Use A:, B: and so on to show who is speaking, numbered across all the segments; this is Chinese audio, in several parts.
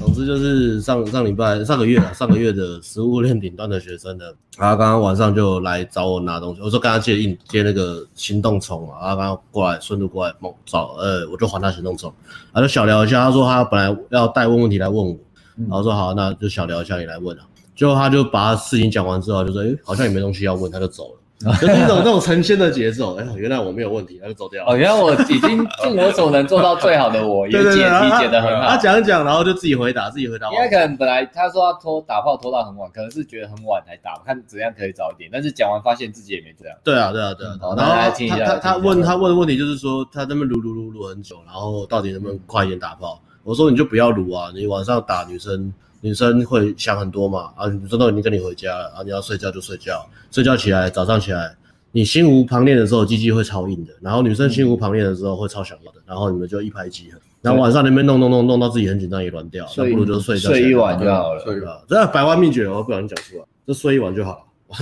A: 就是上上礼拜上个月啊，上个月的食物链顶端的学生呢，他刚刚晚上就来找我拿东西，我说刚刚借印借那个行动虫嘛，啊他刚刚过来顺路过来找，呃，我就还他行动虫，然后就小聊一下，他说他本来要带问问题来问我，
B: 嗯
A: 然后说好，那就小聊一下你来问啊，最后他就把事情讲完之后，就说哎、诶好像也没东西要问，他就走了。 就是一种那种成仙的节奏，哎、原来我没有问题，他就走掉了。
B: 哦，原来我已经尽我所能做到最好的 我，也
A: 对对啊对，
B: 解题
A: 他
B: 解得很好
A: 他。讲一讲，然后就自己回答，自己回答完。
B: 因为可能本来他说他拖打炮拖到很晚，可能是觉得很晚才打，看怎样可以早一点。但是讲完发现自己也没这样。
A: 对啊，对啊，对啊。
B: 嗯
A: 然
B: 好那大家
A: 后
B: 听一
A: 他
B: 下
A: 他
B: 听一
A: 他
B: 下
A: 问他问的问题就是说，他在那边撸撸撸撸很久，然后到底能不能快一点打炮？我说你就不要撸啊，你晚上打女生，女生会想很多嘛。啊，女生都已经跟你回家了啊，你要睡觉就睡觉，睡觉起来，早上起来，你心无旁念的时候，鸡鸡会超硬的，然后女生心无旁念的时候会超想要的，然后你们就一拍即合。然后晚上你们弄弄弄弄到自己很紧张也软掉，那
B: 睡
A: 不如就睡觉
B: 睡一
A: 晚
B: 晚
C: 啊
B: 就好了
A: 对啊吧？这百万秘诀哦我不小心讲出来，就睡一晚就好了。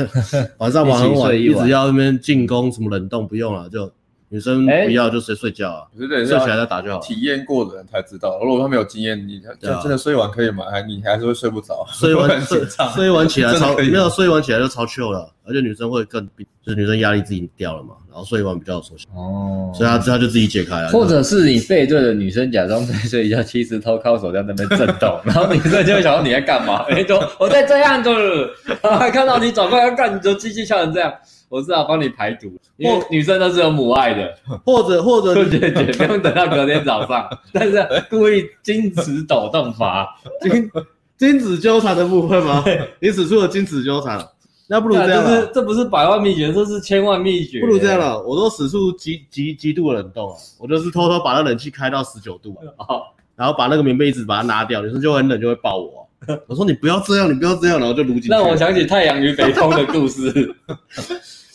A: 晚上玩很晚，
B: 一起睡一
A: 一
B: 晚
A: 直要那边进攻什么冷冻不用了，就女生
B: 哎
A: 不要就谁睡觉啊，
C: 可是人
A: 睡起来
C: 家
A: 再打就好了。
C: 体验过的人才知道，如果他没有经验，你
A: 对啊
C: 真的睡完可以吗？还你还是会睡不着，
A: 睡完
C: 很
A: 睡
C: 紧张。
A: 睡完起来
C: 真的
A: 超
C: 可以
A: 没
C: 吗
A: 有睡完起来就超 chill 了，而且女生会更就是女生压力自己掉了嘛，然后睡完比较有收心，
B: 哦
A: 所以她她就自己解开了。
B: 或者是你背对着女生假装在睡觉，其实偷靠手在那边震动，然后女生就会想到你在 干嘛？你说我在这样子，然后还看到你转过来要干，你就继续笑成这样。我至少帮你排毒，因为女生都是有母爱的，
A: 或者或者
B: 对对对，不用等到隔天早上，但是故意矜持抖动法，
A: 精 精子纠缠的部分吗？你指出了精子纠缠，那不如这样
B: 这
A: 啊
B: 是，这不是百万秘诀，这是千万秘诀。
A: 不如这样了，我都使出极极极度的冷冻啊，我就是偷偷把那冷气开到十九度啊，
B: 哦，
A: 然后把那个棉被一直把它拉掉，女生就会很冷，就会抱我。啊我说你不要这样，你不要这样，然后就撸进去。
B: 让我想起太阳与北风的故事。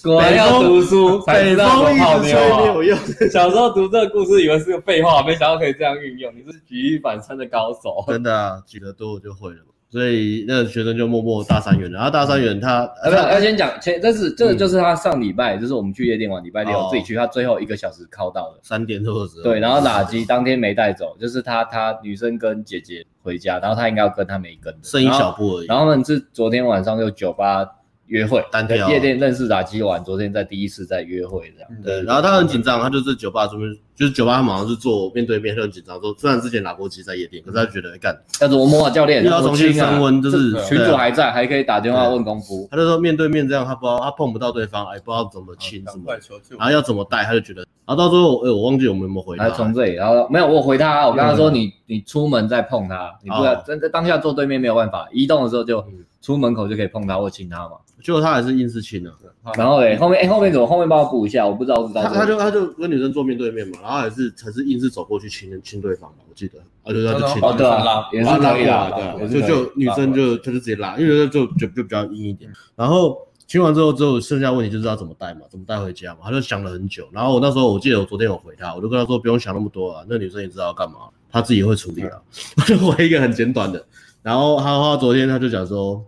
B: 果然要读书才
A: 北
B: 知道
A: 风
B: 怎
A: 一
B: 么泡
A: 直
B: 妞
A: 吹
B: 啊
A: 没！有用。
B: 小时候读这个故事以为是个废话，没想到可以这样运用。你是举一反三的高手。
A: 真的啊，举得多我就会了。所以那个学生就默默大三元了，然后大三元他
B: 啊，不要要先讲前，这是这个就是他上礼拜，就是我们去夜店玩，礼拜六、
A: 嗯哦
B: 自己去，他最后一个小时靠到的。
A: 三点多的时候，
B: 对，然后打击当天没带走，就是他他女生跟姐姐回家，然后他应该要跟他没跟的，
A: 剩一小步而已。
B: 然后他们是昨天晚上就酒吧约会，
A: 单挑
B: 夜店认识打击完，昨天在第一次在约会这样。
C: 嗯
A: 对，然后他很紧张，他就是酒吧这边，就是酒吧他马上是坐面对面，就很紧张。说虽然之前拿过鸡在夜店，可是他觉得哎干
B: 要琢磨啊，教练，
A: 又要重新升温，就是
C: 这
B: 群
A: 对
B: 主
A: 啊
B: 还在，还可以打电话
A: 对啊
B: 问功夫。
A: 他就说面对面这样，他不知道他碰不到对方，哎，不知道怎么亲什
C: 啊赶
A: 么
C: 快，求救
A: 然！后要怎么带，他就觉得，然后到最后，哎、我忘记我们有没有回
B: 然
A: 答，
B: 后从这里，然后没有我回他，我跟他说你你出门再碰他，你不要
A: 哦
B: 真的当下坐对面没有办法，移动的时候就
A: 嗯
B: 出门口就可以碰他或亲他嘛。
A: 结果他还是硬是亲了、
B: 然后嘞，后面哎后面怎么后面帮我补一下，我不知道我知道
A: 他
B: 这
A: 他
B: 个。
A: 就他就跟女生坐面对面嘛，然后还是还是硬是走过去亲亲对方嘛，我记得，啊对，他就亲，
B: 哦对啊
C: 拉，
B: 也是可以
A: 拉
B: 啦，
A: 过来对
B: 也
A: 啊，
B: 是
A: 就
B: 可以
A: 就女生就她就直接拉，因为就就就比较硬一
B: 嗯
A: 点，然后。亲完之后，之后剩下问题就是要怎么带嘛，怎么带回家嘛，他就想了很久。然后我那时候我记得我昨天有回他，我就跟他说不用想那么多啊，那女生也知道要干嘛，她自己会处理
B: 嗯
A: 啊。 我就回一个很简短的，然后他他昨天他就讲说，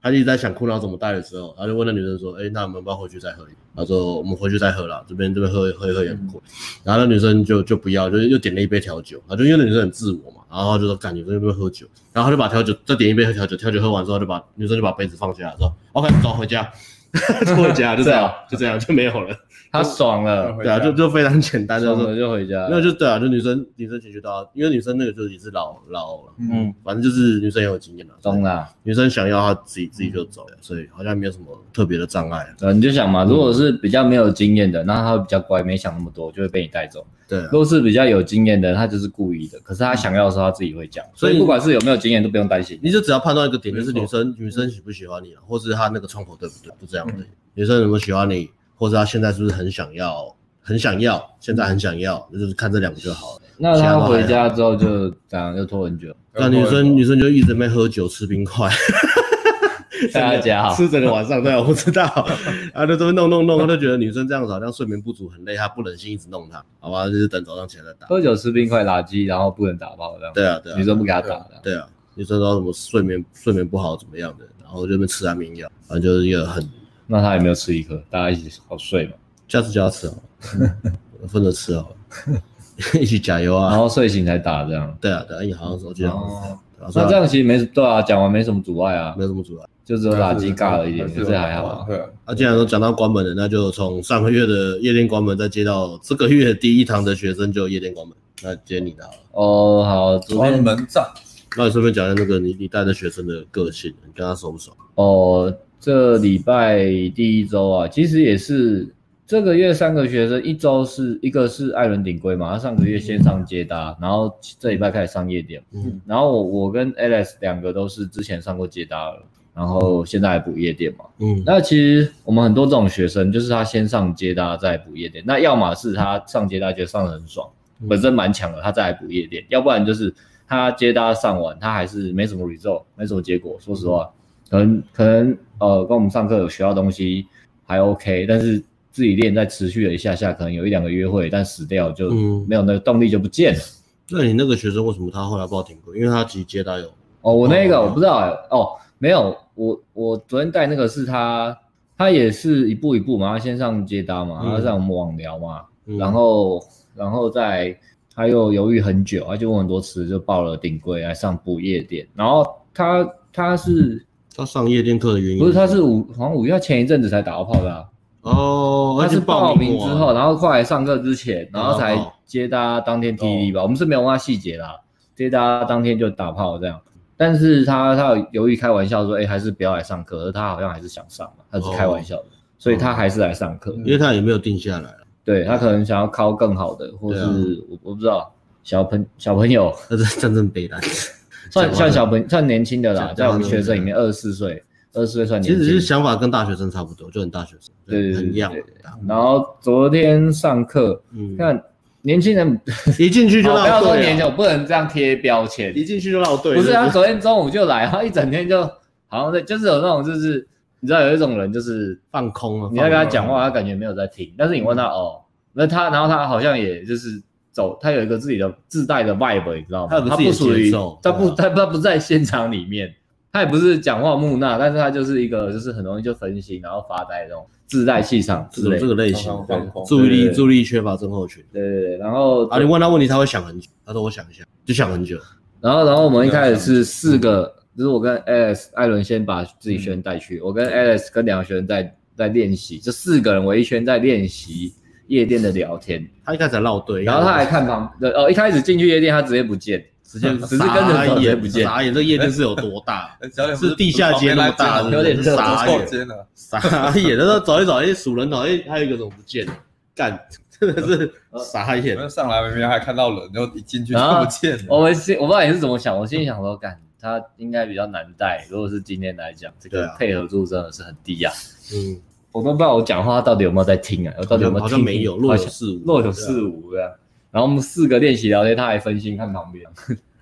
A: 他一直在想苦恼怎么带的时候，他就问那女生说：“哎、那我们要不要回去再喝一杯？”他说：“我们回去再喝啦，这边这边喝喝一喝也很贵。
B: 嗯
A: 然后那女生就就不要，就又点了一杯调酒。他就因为那女生很自我嘛，然后他就说：“干，女生会不会喝酒？”然后他就把调酒再点一杯喝调酒，调酒喝完之后，就把女生就把杯子放下来说：“OK，走回家。” 就回 家，就这
B: 啊
A: 样，就这样就没有了。
B: 他爽了，
C: 对
A: 对啊，就就非常简单，就
B: 爽
A: 是
B: 了就回家
A: 没。有就对啊，就女生女生解决到，因为女生那个就也是老老了，
C: 嗯，
A: 反正就是女生也有经验了，
B: 懂啦，
A: 女生想要她自己
B: 嗯
A: 自己就走了，所以好像没有什么特别的障碍。
B: 呃，你就想嘛，如果是比较没有经验的，那他会比较乖，没想那么多，就会被你带走。
A: 对啊，
B: 都是比较有经验的，他就是故意的。可是他想要的时候，他自己会讲，
A: 所
B: 所
A: 以
B: 以不管是有没有经验都不用担心。
A: 你就只要判断一个点，
C: 没
A: 就
C: 错
A: 是女生女生喜不喜欢你啊，或是她那个窗口对不对，就这样
B: 嗯
A: 的。女生有没有喜欢你，或者她现在是不是很想要，很想要，现在很想要，那就是看这两个就好了。
B: 那他回家之后就怎样，就拖很久。
A: 那女生女生就一直没喝酒吃冰块，
B: 大 家家好，
A: 吃整个晚上，对啊，我知道。 啊然后就这么弄弄弄，他就觉得女生这样子好像睡眠不足很累，他不忍心一直弄她，好吧，就是等早上起来再打。
B: 喝酒吃冰块垃圾，然后不能打炮这样，
A: 对啊，对啊，
B: 女生不给他打的。
A: 对啊，女生说什么睡眠睡眠不好怎么样的，然后就被吃安眠药，反正就是一个很
B: 那他也没有吃一颗，大家一起好睡嘛。
A: 下次就要吃好 了， 分着吃好了，一起加油
B: 然
A: 啊！
B: 后睡醒才打这样。
A: 对啊，对啊，你好像是我记得好像是这样，对吧所以
B: 哦那这样其实没对啊，讲完没什么阻碍啊
A: 没，有什么阻碍。
B: 就只有
C: 啊
B: 垃圾尬了一点，可是还好啊。
C: 对啊，
A: 啊，既然都讲到关门了，那就从上个月的夜店关门，再接到这个月第一堂的学生就夜店关门。那接你的好了，
B: 哦，好，昨
C: 关
B: 天
C: 门战，
A: 那你顺便讲一下那个你你带的学生的个性，你跟他熟不熟？
B: 哦，这礼拜第一周啊，其实也是这个月三个学生，一周是一个是艾伦顶规嘛，他上个月线上接搭，然后这礼拜开始上夜店，
A: 嗯
B: 然后我我跟 Alex 两个都是之前上过接搭了，然后现在还补夜店嘛。
A: 嗯
B: 那其实我们很多这种学生，就是他先上接搭再补夜店，那要么是他上接搭觉得上的很爽，本身蛮强的，他再来补夜店；要不然就是他接搭上完，他还是没什么 result，没什么结果。说实话，可能可能呃跟我们上课有学到东西还 OK，但是自己练再持续了一下下，可能有一两个约会，但死掉就
A: 嗯
B: 没有那个动力就不见了。
A: 那你那个学生为什么他后来报停课？因为他其实接待有，
B: 哦，我那个
A: 哦
B: 我不知道、欸、哦，没有，我我昨天带那个是他，他也是一步一步嘛，他先上接搭嘛，
A: 嗯
B: 他上网聊嘛，
A: 嗯
B: 然后然后再他又犹豫很久，他就问很多次，就报了顶规来上补夜店，然后他他是
A: 他上夜店课的原因
B: 不是他是五好像五月前一阵子才打到炮的、啊，
A: 哦，
B: 他
A: 而
B: 是
A: 且
B: 报名
A: 名
B: 之后，，然后快来上课之前，然后才
A: 打炮
B: 接搭当天 TD
A: 哦
B: 吧。我们是没有问他细节啦，接搭当天就打炮这样。但是他他有犹豫开玩笑说，哎、还是不要来上课。而他好像还是想上嘛，他是开玩笑的，所以他还是来上课。
C: 嗯
A: 哦因为他也没有定下来了，
B: 对他可能想要考更好的，或是、
A: 对啊
B: 我我不知道小朋小朋友
A: 他是战争 北南。讲
B: 算算
A: 完
B: 小朋算年轻的啦，
A: 讲
B: 在我们
A: 讲完
B: 学
A: 了
B: 生里面二十四岁，二十岁算
A: 啊其
B: 年
A: 实
B: 轻
A: 是。想法跟大学生差不多，就很大学生，
B: 对对对
A: 很一样
B: 对。然后昨天上课，
A: 嗯，
B: 看年轻人
A: 一进去就
B: 好不
A: 绕
B: 要说
A: 队
B: 年轻，
A: 啊，
B: 我不能这样贴标签。
A: 一进去就绕队，
B: 不是啊
A: 就
B: 他昨天中午就来，他一整天就好像在，就是有那种就是你知道有一种人就是
A: 放空了。
B: 你在跟他
A: 放空啊
B: 讲话，他感觉没有在听，但是你问他哦，那他然后他好像也就是走，他有一个自己的自带的 vibe，你知道
A: 他有？
B: 吗
A: 个
B: 他
A: 自己
B: 不
A: 的
B: 属于
A: 节奏，
B: 他
A: 对
B: 不
A: 啊
B: 他他不在现场里面，他也不是讲话木讷，但是他就是一个就是很容易就分心，然后发呆那种自带气场
A: 这
B: 之
A: 种
B: 类
A: 这
B: 的。
A: 个类型
C: 放，
A: 对
C: 空放空
A: 注意
B: 对对
A: 力
B: 对
A: 注意力缺乏症候群。
B: 对对对，然后
A: 啊，你问他问题，他会想很久，他说我想一下，就想很久。
B: 然后，然后我们一开始
A: 啊
B: 是四个，
A: 嗯
B: 就是我跟 Alex、艾伦先把自己学生带去，我跟 Alex 跟两个学生在在练习，这四个人围一圈在练习夜店的聊天。
A: 他一开始还绕队，
B: 然后他还看旁，对哦，一开始进去夜店他直接不见，
A: 直接
B: 只是跟着
A: 傻
B: 走直接
A: 眼
B: 不见
A: 傻眼，这夜店是有多大？
C: 哎小脸
A: 是地下街那么大
C: 旁
B: 有
C: 边
B: 点
C: 来
B: 热
C: 傻
A: 傻
C: 眼，
A: 眼傻眼，那时候找一找，哎，数人头，哎，还有一个怎么不见了？干，真的是傻眼
C: 没。有上来明明还看到人，然后一进去就
B: 啊
C: 不见
A: 嗯
C: 了。
B: 我们心我不知道你是怎么想，我心里想说，干他应该比较难带，如果是今天来讲，这
A: 对
B: 个
A: 啊
B: 配合度真的是很低啊，
A: 嗯，
B: 我都不知道我讲话到底有没有在听啊，我到
A: 好
B: 底有
A: 像
B: 没有
A: 好
B: 听？
A: 像没有，啊若
B: 好
A: 有
B: 像
A: 似无，
B: 若有似无这样。然后我们四个练习聊天，他还分心看旁边。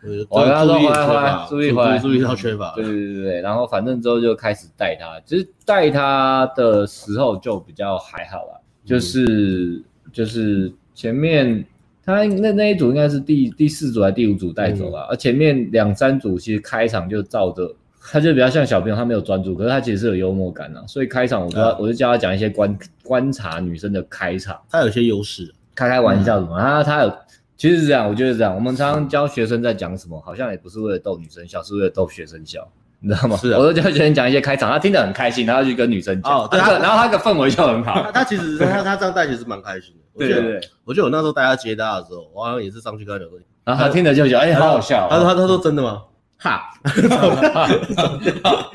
A: 呃
B: 我跟他说
A: 注意
B: 回
A: 缺
B: 来回来
A: 乏
B: 注意回来
A: 注意到缺乏。
B: 对对对对，然后反正之后就开始带他，其实带他的时候就比较还好啦，就是、就是前面他那那一组应该是第第四组还是第五组带走了，而前面两三组其实开场就照着。他就比较像小朋友，他没有专注，可是他其实是有幽默感啊。所以开场我就要、
A: 啊
B: 我就教他讲一些观观察女生的开场，
A: 他有些优势，
B: 开开玩
A: 嗯
B: 笑什么，他他有，其实是这样，我觉得是这样。我们常常教学生在讲什么，好像也不是为了逗女生笑，是为了逗学生笑，你知道吗？
A: 是啊
B: 我都教学生讲一些开场，他听得很开心，然后去跟女生讲，
A: 哦对
B: 然后
A: 他
B: 然后他的氛围就很好。
A: 他他其实他他这样带其实蛮开心的。我
B: 对
A: 记
B: 对
A: 得
B: 对，
A: 我记得我那时候带他接搭的时候，我好像也是上去跟他聊天。
B: 然后他听着就觉得哎，好好笑哦。
A: 他说他他说真的吗？哈，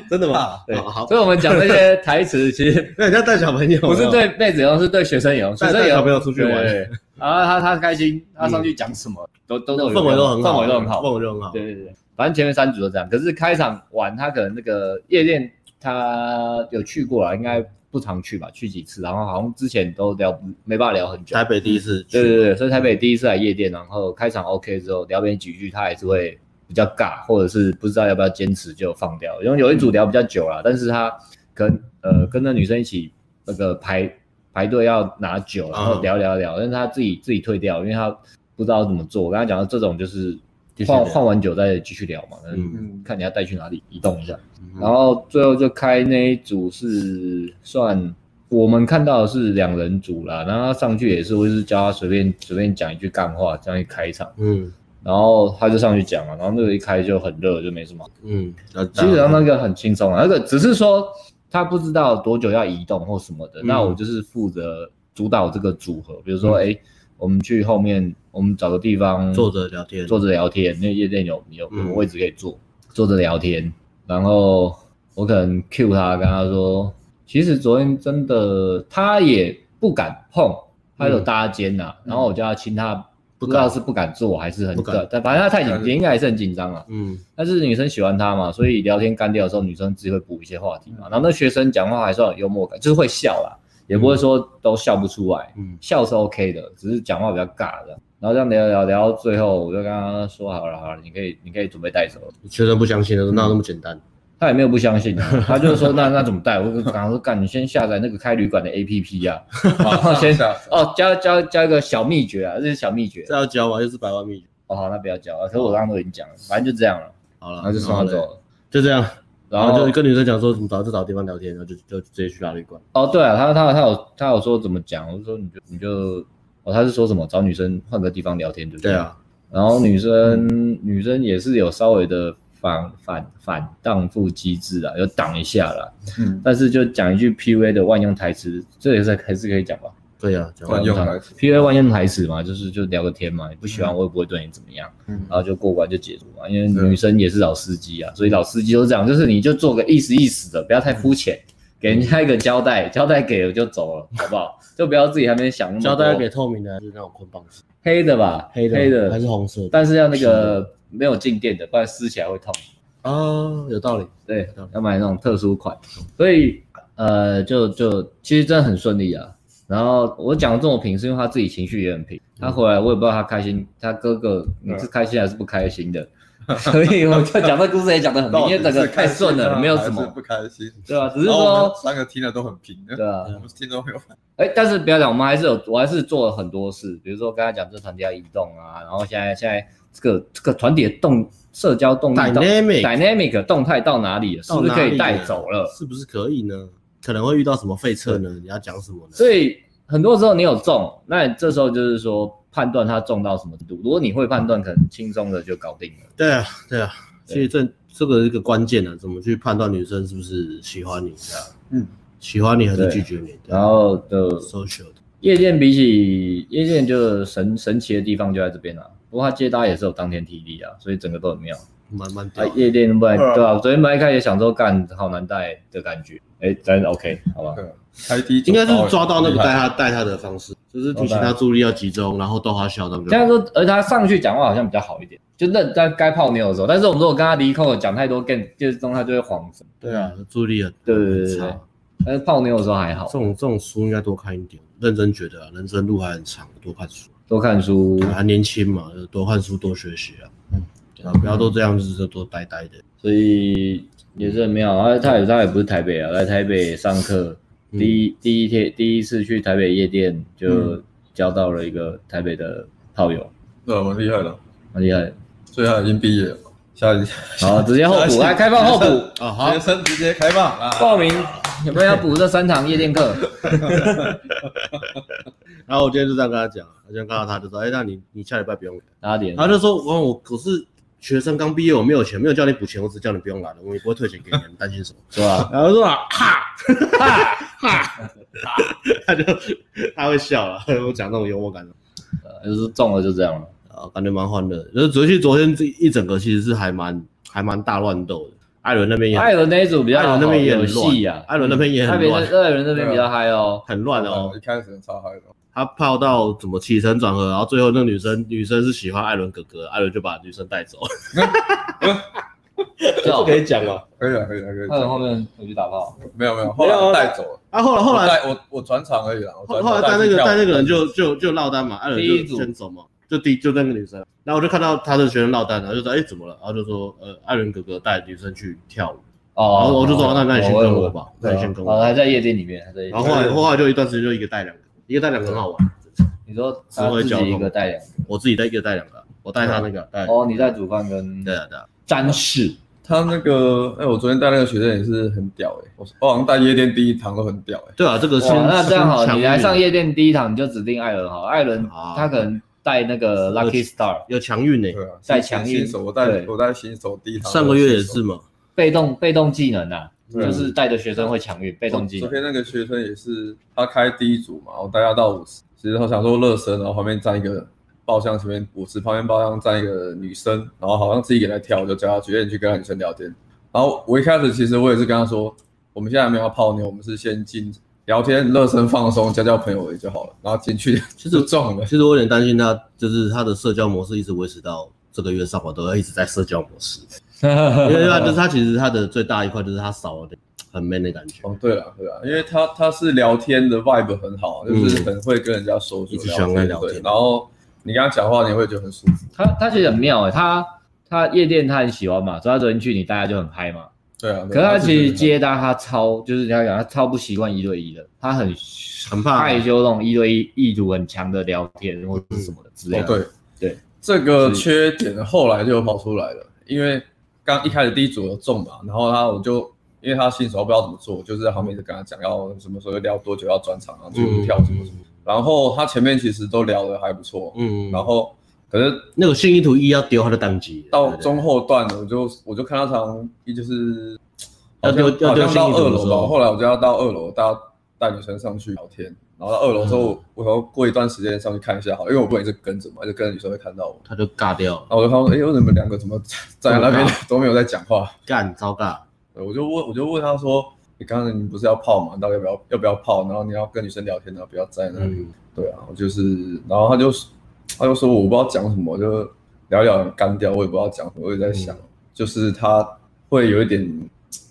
A: 真的 吗？
B: 对，
A: 好，好
B: 所以我们讲那些台词，其 实
A: 那人家带小朋友
B: 不是对妹子用，是对学生用，学
A: 带
B: 生
A: 带
B: 用
A: 小朋友出去玩，
B: 对然后他他开心，他上去讲什么都都都有
A: 氛围都很好，
B: 氛围都很好，
A: 氛围都很好。
B: 对对对，反正前面三组都这样。可是开场玩，他可能那个夜店他有去过啦，应该不常去吧，去几次，然后好像之前都聊没办法聊很久
A: 台。北第一次去，
B: 对对对，所以台北第一次来夜店，然后开场 OK 之后聊别人几句，他还是会比较尬，或者是不知道要不要坚持就放掉。因为有一组聊比较久了，但是他跟呃跟那女生一起那个排排队要拿酒，然后
A: 嗯
B: 聊聊聊，但是他自己自己退掉，因为他不知道怎么做。我跟他讲到这种就是
A: 继续
B: 换
A: 聊
B: 换完酒再继续聊嘛，嗯，
A: 嗯，
B: 看你要带去哪里移动一下。
A: 嗯，
B: 然后最后就开那一组是算我们看到的是两人组啦，然后他上去也是，我就是教他随便随便讲一句干话，这样一开场，
A: 嗯，
B: 然后他就上去讲了，然后那个一开就很热，就没什么。
A: 嗯，那
B: 基本上那个很轻松啊，那个只是说他不知道多久要移动或什么的，
A: 嗯
B: 那我就是负责主导这个组合，比如说哎、诶我们去后面，我们找个地方
A: 坐着聊天，
B: 坐着聊天，那夜店有有
A: 嗯
B: 有位置可以坐，坐着聊天，然后我可能 Q 他，跟他说，其实昨天真的他也不敢碰，他有搭肩呐、然后我叫他亲他。不知道是不敢做还是很
A: 不敢
B: 但反正他太
C: 不
B: 紧，
C: 敢
B: 应该还是很紧张啊。
A: 嗯
B: 但是女生喜欢他嘛，所以聊天干掉的时候，女生只会补一些话题
A: 嗯
B: 嘛。然后那学生讲话还算有幽默感，就是会笑啦，也不会说都笑不出来，
A: 嗯
B: 笑是 OK 的，只是讲话比较尬的。然后这样聊聊聊到最后，我就跟他说好了好了，你可以你可以准备带走了。
A: 学生不相信的时候，哪有那么简单？
B: 他也没有不相信、 啊，他就说那那怎么带？我就跟他说干，你先下载那个开旅馆的 APP 啊，然后先
C: 下
B: 哦教教教一个小秘诀啊，这是小秘诀
A: 这。要教吗？又是百万秘诀。
B: 哦好，那不要教啊，可是我刚刚都已经讲了，反正就这样了，
A: 好了，
B: 然后就送他
A: 然后
B: 走
A: 嘞，
B: 了。
A: 就这样，然
B: 然后
A: 后就跟女生讲说，你找就找地方聊天，然后就就直接去大旅馆。
B: 哦，对啊，他他他有他有说怎么讲，我就说你就你就哦，他是说什么找女生换个地方聊天，对不
A: 对啊，
B: 然后女生、女生也是有稍微的反反反荡妇机制啊，有挡一下啦，
C: 嗯，
B: 但是就讲一句 PUA 的万用台词，这也是还是可以讲吧
A: 对啊，讲
C: 万
A: 完
C: 用台词，
B: ？PUA 万用台词嘛，就是就聊个天嘛，你不喜欢我也不会对你怎么样，
C: 嗯
B: 然，后就过关就解除嘛，因为
C: 对
B: 女生也是老司机啊，所以老司机都是这样，就是你就做个意思意思的，不要太肤浅，
A: 嗯
B: 给人家一个交代，交代给了就走了，好不好？就不要自己还没想那么
A: 交
B: 多
A: 代给透明的，还是那种捆绑式，
B: 黑的吧，
A: 黑的
B: 黑的
A: 还是红色的
B: 但是要那
A: 是的
B: 个没有静电的，不然撕起来会痛。
A: 啊？有道理。
B: 对，要买那种特殊款，所以呃，就就其实真的很顺利啊。然后我讲这么平，是因为他自己情绪也很平。他回来我也不知道他开心，他哥哥你是开心还是不开心 的，所以我就讲这故事也讲得很平，因为整个太顺了，没有什
C: 啊还是
B: 么
C: 不开心。
B: 对啊，只是
C: 然后我们
B: 说
C: 三个听的都很平，
B: 对啊，
C: 我们听都没有反
B: 哎，但是不要讲，我们还是有，我还是做了很多事，比如说刚才讲这团体要移动啊，然后现在现在这个这个团体的动社交动力到
A: Dynamic
B: dynamic 动态到哪里了，是
A: 到
B: 不是
A: 哪
B: 可
A: 里
B: 以带走了？
A: 是不是可以呢？可能会遇到什么废策呢？你要讲什么呢？
B: 所以很多时候你有中，那你这时候就是说判断它中到什么程度。如果你会判断，可能轻松的就搞定了。
A: 对啊，对啊，
B: 对
A: 所以这这个是一个关键的，怎么去判断女生是不是喜欢你这样？
C: 嗯，
A: 喜欢你还是
B: 对
A: 拒绝你？啊
B: 然后的
A: social 的
B: 夜店比起夜店，就神神奇的地方就在这边了、啊不过它接搭也是有当天体力啊，所以整个都很妙。
A: 慢慢
B: 啊
A: 掉，。
B: 夜店本来
C: 对啊
B: 对啊，昨天本来一开始想说干好难带的感觉，哎、咱 OK 好 吧？
C: 对啊，开低
A: 应该是抓到那
B: 哦
A: 个带
C: 单，
A: 他带他的方式，就是提醒他注意力要集中，然后逗他笑，这样就
B: 虽然说，而他上去讲话好像比较好一点，就那在该泡妞的时候，但是我们如果跟他离空了，讲太多更就是中他就会慌神。
A: 对啊，注意力很
B: 对对对对
A: 很
B: 对
A: 差。
B: 但是泡妞的时候还好
A: 这，种这种书应该多看一点，认真觉得啊人生路还很长，多看书。
B: 多看书，
A: 还年轻嘛，就多看书多学习啊。
C: 嗯
A: 对啊，不要都这样子，就多呆呆的。
B: 所以也是很妙。啊，他也他也不是台北啊，来台北上课，
A: 嗯
B: 第一第一天第一次去台北夜店就
C: 嗯
B: 交到了一个台北的炮友，
C: 对，我厉害了，
B: 很厉 害。
C: 所以他已经毕业了，下一
B: 好，直接候补，来开放候补。
A: 啊，好
B: 嗯
C: 学，生直接开放啊，
B: 报名有没有要补这三堂夜店课？
A: 然后我今天就这样跟他讲，我今天看到他就说，哎、那你你下礼拜不用来，
B: 八点，
A: 他就说，我我可是学生刚毕业，我没有钱，没有叫你补钱，我只叫你不用来了，我也不会退钱给你，你担心什么？
B: 是吧？
A: 然后说啊，哈 哈哈，他就他会笑了，我讲那种幽默感的，
B: 呃就是中了就这样了。
A: 啊，感觉蛮欢乐的。就是昨天昨天这一整个其实是还蛮还蛮大乱斗的，艾伦那边也
B: 艾伦那一组比较
A: 艾伦那边也
B: 有
A: 很
B: 戏
A: 乱
B: 啊，
A: 艾伦那边也
B: 艾
A: 很
B: 伦
A: 乱，
B: 艾伦那边比较嗨哦。
A: 很乱哦。
C: 啊一开始超嗨的，
A: 他泡到怎么起承转合，然后最后那个女生女生是喜欢艾伦哥哥，艾伦就把女生带走，
B: 是哦
A: 可以讲吗？
C: 可以了，可以了，可以
B: 艾伦
C: 了，
B: 后面回去打炮，
C: 没有没有，后来我带走了，
A: 啊，后来后
C: 我
A: 来
C: 带我我转场而已啦，我
A: 后
B: 哦
C: 转
A: 后来
C: 场
A: 带那个
C: 去跳舞
A: 带那个人就就就落单嘛，艾伦
B: 第一
A: 就
B: 组
A: 先走嘛，就第就那个女生，然后我就看到他的学生落单了，然后就说哎、怎么了？然后就说呃艾伦哥哥带女生去跳舞，然
B: 哦
A: 后我就说那那你先跟我，吧，那
B: 对
A: 你
B: 啊
A: 先跟我
B: 哦，还
A: 吧，
B: 在夜店里面，还在夜
A: 然后
B: 店。
A: 后来后来就一段时间就一个带两个，一个带两个很好玩，
B: 你说他自己一个带两个，
A: 我自己带一个带两个，我带他那个带
B: 哦，你带煮饭跟
A: 对啊对啊，
B: 詹氏，
C: 他那个，哎、我昨天带那个学生也是很屌哎、我我好像带夜店第一堂都很屌哎、
B: 哦
A: 对啊这个是欸
B: 哇，那这样好，你来上
A: 夜。
B: 夜店第一堂你就指定艾伦好，艾伦
A: 啊
B: 他可能带那个 Lucky Star，
A: 有强运呢，
C: 对啊，
B: 带
C: 新
B: 强运
C: 新手，我带
B: 对
C: 我带新手第一堂，
A: 上个月也是嘛，
B: 被动被动技能啊，
C: 对啊
B: 就是带着学生会抢运，被
C: 昨
B: 动技
C: 哦昨
B: 能。
C: 天那个学生也是，他开第一组嘛，我带他到五十，其实他想说热身，然后旁边站一个包厢，前面五十旁边包厢站一个女生，然后好像自己给他跳，我就叫他去，哎你去跟那女生聊天。然后我一开始其实我也是跟他说，我们现在没有要泡妞，我们是先进聊天、热身、放松，交交朋友也就好了。然后进去
A: 其实
C: 就中了
A: 其，实我有点担心他，就是他的社交模式一直维持到这个月上滑，都要一直在社交模式，因为他就是他其实他的最大一块就是他少了点很 man 的感觉，
C: 哦，对了，对了，因为他他是聊天的 vibe 很好，就是很会跟人家说
A: 嗯一
C: 说
A: 直喜欢跟人聊天
C: 对然后你跟他讲话，你会觉得很舒服。
B: 他他其实很妙哎、他他夜店他很喜欢嘛，所以他昨天去你大家就很嗨嘛。
C: 对啊，
B: 可
C: 对
B: 是他
C: 是觉
B: 其
C: 得
B: 实
C: 很
B: 接单他超就是你要讲他超不习惯一对一的，他很
A: 很怕
B: 害羞那种一对一意图很强的聊天或者是什么的之类
C: 哦，
B: 的。
C: 对
B: 对，
C: 这个缺点后来就跑出来了，因为刚一开始第一组有中嘛，然后他我就因为他新手不知道怎么做，就是在旁边就跟他讲要什么时候聊多久要转场啊，去
A: 嗯
C: 跳什么什么，然后他前面其实都聊得还不错，
A: 嗯，
C: 然后可是
A: 那个信意图一要丢他就宕机了，
C: 到
A: 对不对
C: 中后段我就我就看他常一就是
A: 要
C: 好
A: 丢
C: 像
A: 要
C: 好
A: 丢
C: 像到
A: 信义图
C: 二
A: 的时
C: 楼
A: 候
C: 吧，后来我就要到二楼，大家带女生上去聊天。然后到二楼之
A: 嗯
C: 后，我想说过一段时间上去看一下好了，因为我不能一直跟着嘛，一直跟着女生会看到我。
A: 他就尬掉了，
C: 然后我就看到，哎、为什么两个怎么站在那边 都没有在讲话？
A: 干糟尬，
C: 对我就问，我就问他说，你刚才你不是要泡吗？你到底要不要要不要泡？然后你要跟女生聊天，然后不要站在那里。
A: 嗯，
C: 对啊，我就是，然后他就他就说我不知道讲什么，我就聊一聊很干掉，我也不知道讲什么，我也在
A: 嗯
C: 想，就是他会有一点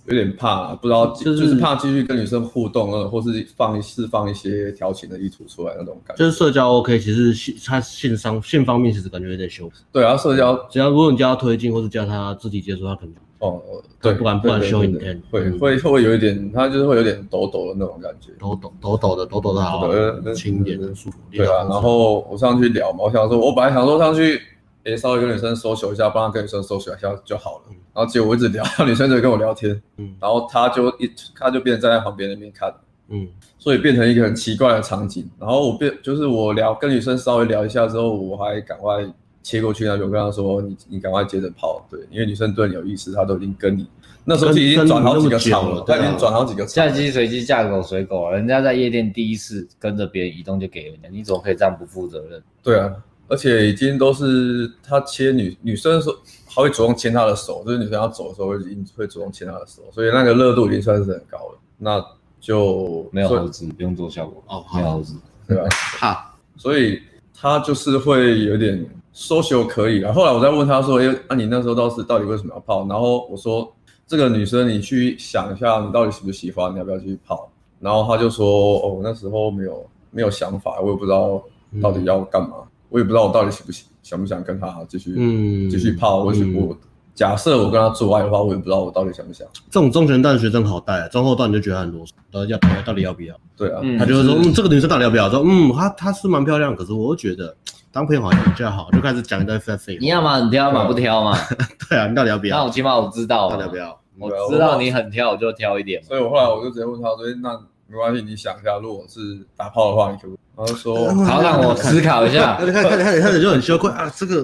C: 有点怕，不知道
A: 就
C: 就是是、怕继续跟女生互动，呃或是放释放一些调情的意图出来那种感觉。
A: 就是社交 OK，其实性他性商性方面其实感觉有点羞耻，
C: 对啊，社交
A: 只要如果你叫他推进或是叫他肢体接触，他可能
C: 哦，对，
A: 嗯不敢不敢
C: 对对
A: 修
C: 对
A: 影
C: 对
A: 片
C: 会
A: 嗯
C: 会会有一点，他就是会有点抖抖的那种感觉。
A: 抖抖抖抖的抖抖的 好
C: 抖抖，的
A: 轻一点很舒服，
C: 对啊，然后我上去聊嘛，我想说，我本来想说上去，诶、稍微跟女生搜求一下，帮她跟女生搜求一下就好了。然后结果我一直聊，女生就跟我聊天，
A: 嗯
C: 然后她就一，她就变成站在旁边那边看，
A: 嗯
C: 所以变成一个很奇怪的场景。然后我变，就是我聊跟女生稍微聊一下之后，我还赶快切过去那边，我跟她说，你你赶快接着跑，对，因为女生对你有意思，她都已经跟你，那时候是已经转好几个场了，
A: 跟跟
C: 她
A: 你那么久了对啊
C: 已经转好几个场
B: 嫁
C: 了，
B: 鸡随鸡，嫁狗随狗啊，人家在夜店第一次跟着别人移动就给人家，你怎么可以这样不负责任？
C: 对啊，而且已经都是他牵女女生的时候，还会主动牵她的手，就是女生要走的时候会已经会主动牵她的手，所以那个热度已经算是很高了。那就
B: 没有
C: 所
B: 猴
C: 以
B: 子，不用做效果
A: 哦好
B: 没有猴子，
C: 对吧、
A: 怕
C: 所以他就是会有点 social 可以了。后来我再问他说：“哎、那、你那时候到是到底为什么要泡？”然后我说：“这个女生你去想一下，你到底喜不喜欢？你要不要去泡？”然后他就说：“哦，我那时候没有没有想法，我也不知道到底要干嘛，我也不知道我到底喜不喜想不想跟他继续、
A: 嗯
C: 继续泡。我
A: 嗯
C: 许我假设我跟他做爱的话，我也不知道我到底想不想。
A: 这种中前段学生好带，啊中后段你就觉得他很啰嗦，到底要到底到底要不要？
C: 对啊，
B: 嗯
A: 他就会说，嗯，这个女生到底要不要？说，嗯，她她是蛮漂亮，可是我又觉得当朋友好像比较好，就开始讲一堆废废
B: 你哦
A: 话。
B: 要嘛很挑嘛，不挑嘛，
A: 对啊，你到底要不
B: 那
A: 要
B: 我？起码我知道
A: 到
B: 嘛
A: 底要不要？
B: 我知道你很挑，我就挑一点嘛。
C: 所以我后来我就直接问他说：“哎那没关系，你想一下，如果是打炮的话，你可不可以？”他就说。
A: 嗯
B: 好，让我思考一下
A: 开。始开始开始开始开始就很羞愧啊！这个，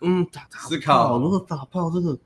A: 嗯，打打
C: 思考
A: 炮如果打炮这个，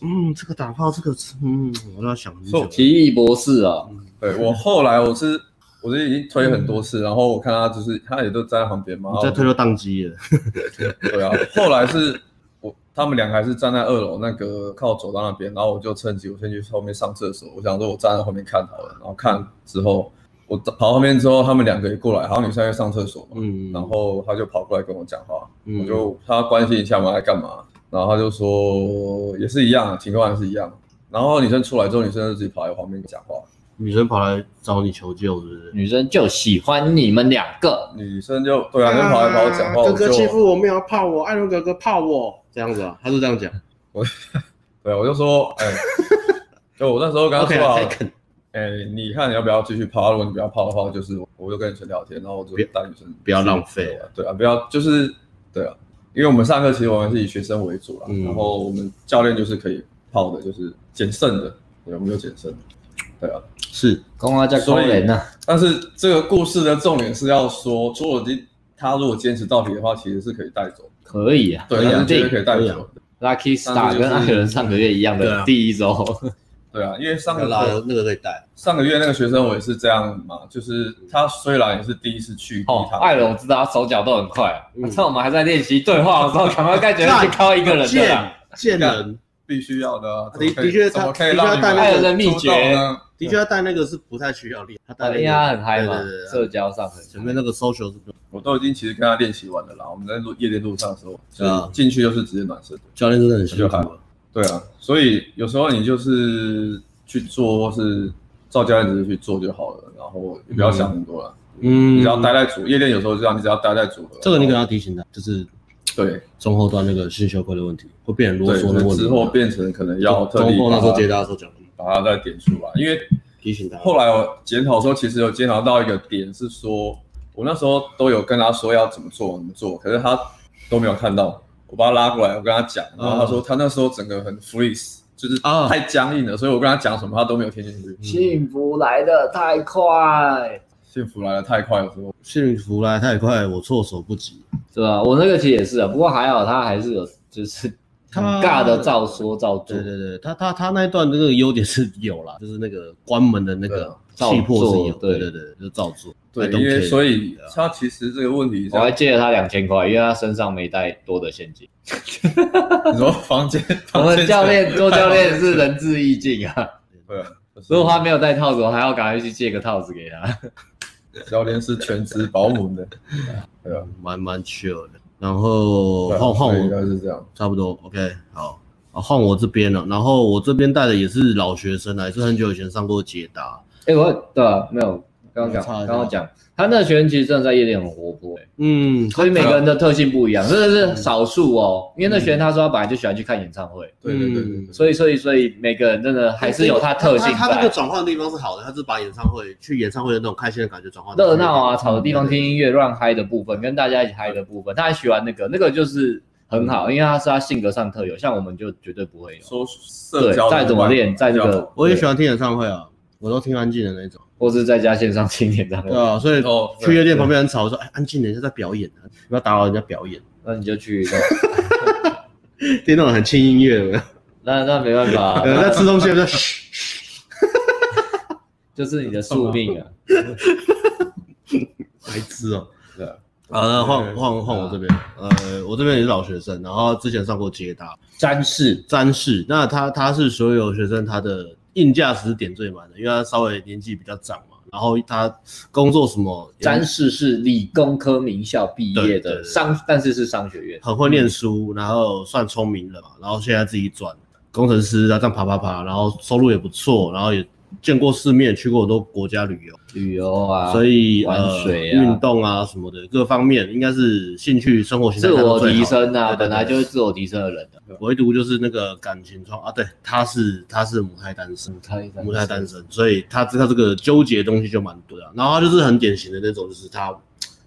A: 嗯，这个打炮这个，嗯，我都要想很久
C: 说。
B: 奇异博士啊，
C: 对我后来我是我是已经推很多次，然后我看他就是他也都站在旁边嘛，
A: 你再推就宕机了。
C: 对啊。后来是我他们两个还是站在二楼那个靠走道那边，然后我就趁机我先去后面上厕所，我想说我站在后面看好了，然后看之后我跑后面之后，他们两个也过来，好像女生在上厕所嘛，
A: 嗯，
C: 然后他就跑过来跟我讲话，
A: 嗯
C: 我就他关心一下嘛，在干嘛？然后他就说也是一样，啊情况还是一样。然后女生出来之后，女生就自己跑来旁边讲话，
A: 女生跑来找你求救，是不是？
B: 女生就喜欢你们两个，
C: 女生就对啊，就跑来跑去讲话，我就
A: 我，没有要泡我，艾伦哥哥泡我，这样子啊？他是这样讲。
C: 对，我就说，哎、 就我那时候跟他
A: OK，
C: 说好
A: 太
C: 了，
A: 肯
C: 哎、你看你要不要继续泡？如果你不要泡的话，就是我就跟女生聊天，然后我就
A: 别
C: 带女生，
A: 不要浪费
C: 了，对啊，不要就是对啊，因为我们上课其实我们是以学生为主啦，
A: 嗯
C: 然后我们教练就是可以泡的，就是减剩的，对，我们就减剩的，对啊。
A: 是
B: 公阿叫高人呐，啊
C: 但是这个故事的重点是要说，除了已经他如果坚持到底的话，其实是可以带走。
B: 可以啊。
C: 对，
A: 可以啊
C: 他是绝对可以带
A: 可以啊
C: 走的。
B: Lucky
C: 但
B: Star
C: 是就是
B: 跟艾伦上个月一样
A: 对
B: 的
A: 啊
B: 第一周，
C: 对啊，因为上
A: 那个
C: 个
A: 拉
C: 月
A: 那个可以带，
C: 上个月那个学生我也是这样嘛，就是他虽然也是第一次去
B: 哦
C: 第一，堂
B: 艾伦我知道他手脚都很快啊，
A: 嗯
B: 趁我们还在练习对话的时候，赶快感觉去靠一个人的啦
A: 见。见人
C: 必须要的啊，
A: 的
C: 怎么可以
A: 的确
C: 怎
A: 他
C: 么可
A: 的
C: 以
A: 确
C: 让
A: 他
C: 你
A: 带
C: 们
B: 艾伦的秘
C: 出道
B: 诀，
C: 呢？
A: 的确要带那个是不太需要练，他带那
B: 反正
A: 个
B: 他哎很嗨嘛
A: 对对对，对
B: 社交上很
A: 前面那个 social 是不
C: 我都已经其实跟他练习完了啦。我们在路夜店路上的时候，就
A: 对啊
C: 是进去就是直接暖身。
A: 教练真的很辛苦啊，
C: 对啊，所以有时候你就是去做，或是照教练指示去做就好了，然后也不要想很多了。
A: 嗯，
C: 你只要待在组夜店，有时候就这样，你只要待在组合，
A: 这个你可
C: 然
A: 能
C: 后
A: 要提醒他，就是
C: 对
A: 中后段那个性羞愧的问题会变成啰
C: 对，
A: 嗦的
C: 就
A: 问题，
C: 是之后变成可能要特
A: 中啊
C: 地
A: 后那
C: 把
A: 时候接
C: 它
A: 他的时候讲，
C: 把它再点出来，因为
A: 提醒他，
C: 后来我检讨的时候，其实有检讨到一个点是说，我那时候都有跟他说要怎么做怎么做，可是他都没有看到。我把他拉过来，我跟他讲，然后他说他那时候整个很 freeze，就是
B: 嗯
A: 啊
C: 太僵硬了，所以我跟他讲什么他都没有听进去。
B: 幸福来的太快，
C: 幸福来的太快了，时候
A: 幸福来太快，我措手不及，
B: 是吧？我那个其实也是啊，不过还好他还是有就是很
A: 他
B: 尬的照说照做
A: 对，对对，他他他那一段那个优点是有啦，就是那个关门的那个气魄是有，
B: 啊照做
A: 对
B: 对
A: 对对，就照做。
C: 对
A: I，don't
C: 因为
A: care
C: 所以他其实这个问题，
B: 我还借了他两千块，因为他身上没带多的现金。
C: 你说房间，
B: 我
C: 房
B: 们
C: 间
B: 教练做教练是仁至义 尽啊，
C: 对啊，就是
B: 如果他没有带套子，我还要赶快去借个套子给他。
C: 教练是全职保姆的，对啊，
A: 蛮蛮 chill 的。然后
B: 哦
C: 对啊
A: 换换
C: 所以应该
A: 我，
C: 是这样，
A: 差不多 OK 好。啊，换我这边了，然后我这边带的也是老学生啊，也是很久以前上过捷达，
B: 哎、我对啊，没有，刚刚讲
A: 差一，下
B: 刚刚讲，他那个学员其实真的在夜店很活泼、
A: 嗯，
B: 所以每个人的特性不一样，真的是少数哦。因为那学员他说他本来就喜欢去看演唱会，
C: 对对对对
A: 嗯
C: 对，
B: 所以所以所以每个人真的还是有他特性
A: 他这个
B: 在。
A: 转换的地方是好的，他是把演唱会去演唱会的那种开心的感觉转换
B: 热闹
A: 嗯
B: 啊，吵的地方听音乐乱嗨的部分，跟大家一起嗨的部分，他还喜欢那个，那个就是很好，因为他是他性格上特有，像我们就绝对不会有。
C: 说社
B: 对
C: 交，的
B: 再怎么
C: 话
B: 练，再这
C: 比较
B: 个
C: 好，
A: 我也喜欢听演唱会啊，我都听安静的那种，
B: 或是在家线上听演唱会
A: 对，啊，所以
C: 哦
A: 去夜店旁边很吵，我说哎安静，人家在表演啊，不要打扰人家表演，
B: 那你就去，
A: 听那种很轻音乐有没 有，
B: 那那没办法啊
A: 有，人在吃东西 就在嘘
B: 就是你的宿命啊。
A: 白痴哦。
C: 对啊
A: 好那换换换我这边，呃，我这边也是老学生，然后之前上过捷达
B: 詹士
A: 詹士，那他他是所有学生他的硬价值点最满的，因为他稍微年纪比较长嘛，然后他工作什么也
B: 詹士是理工科名校毕业
A: 对对
B: 的
A: 对
B: 商，但是是商学院。
A: 很会念书，然后算聪明了嘛，然后现在自己转工程师啊，这样爬爬爬，然后收入也不错，然后也见过世面，去过很多国家旅游，
B: 旅游啊，
A: 所以
B: 玩
A: 呃
B: 水啊
A: 运动啊什么的各方面，应该是兴趣生活形态
B: 自我提升啊，
A: 对对对
B: 本来就是自我提升的人啊。
A: 唯独就是那个感情窗啊，对，他是他是母胎单身，
B: 他
A: 母胎单身，所以他他这个纠结的东西就蛮多的啊。然后他就是很典型的那种，就是他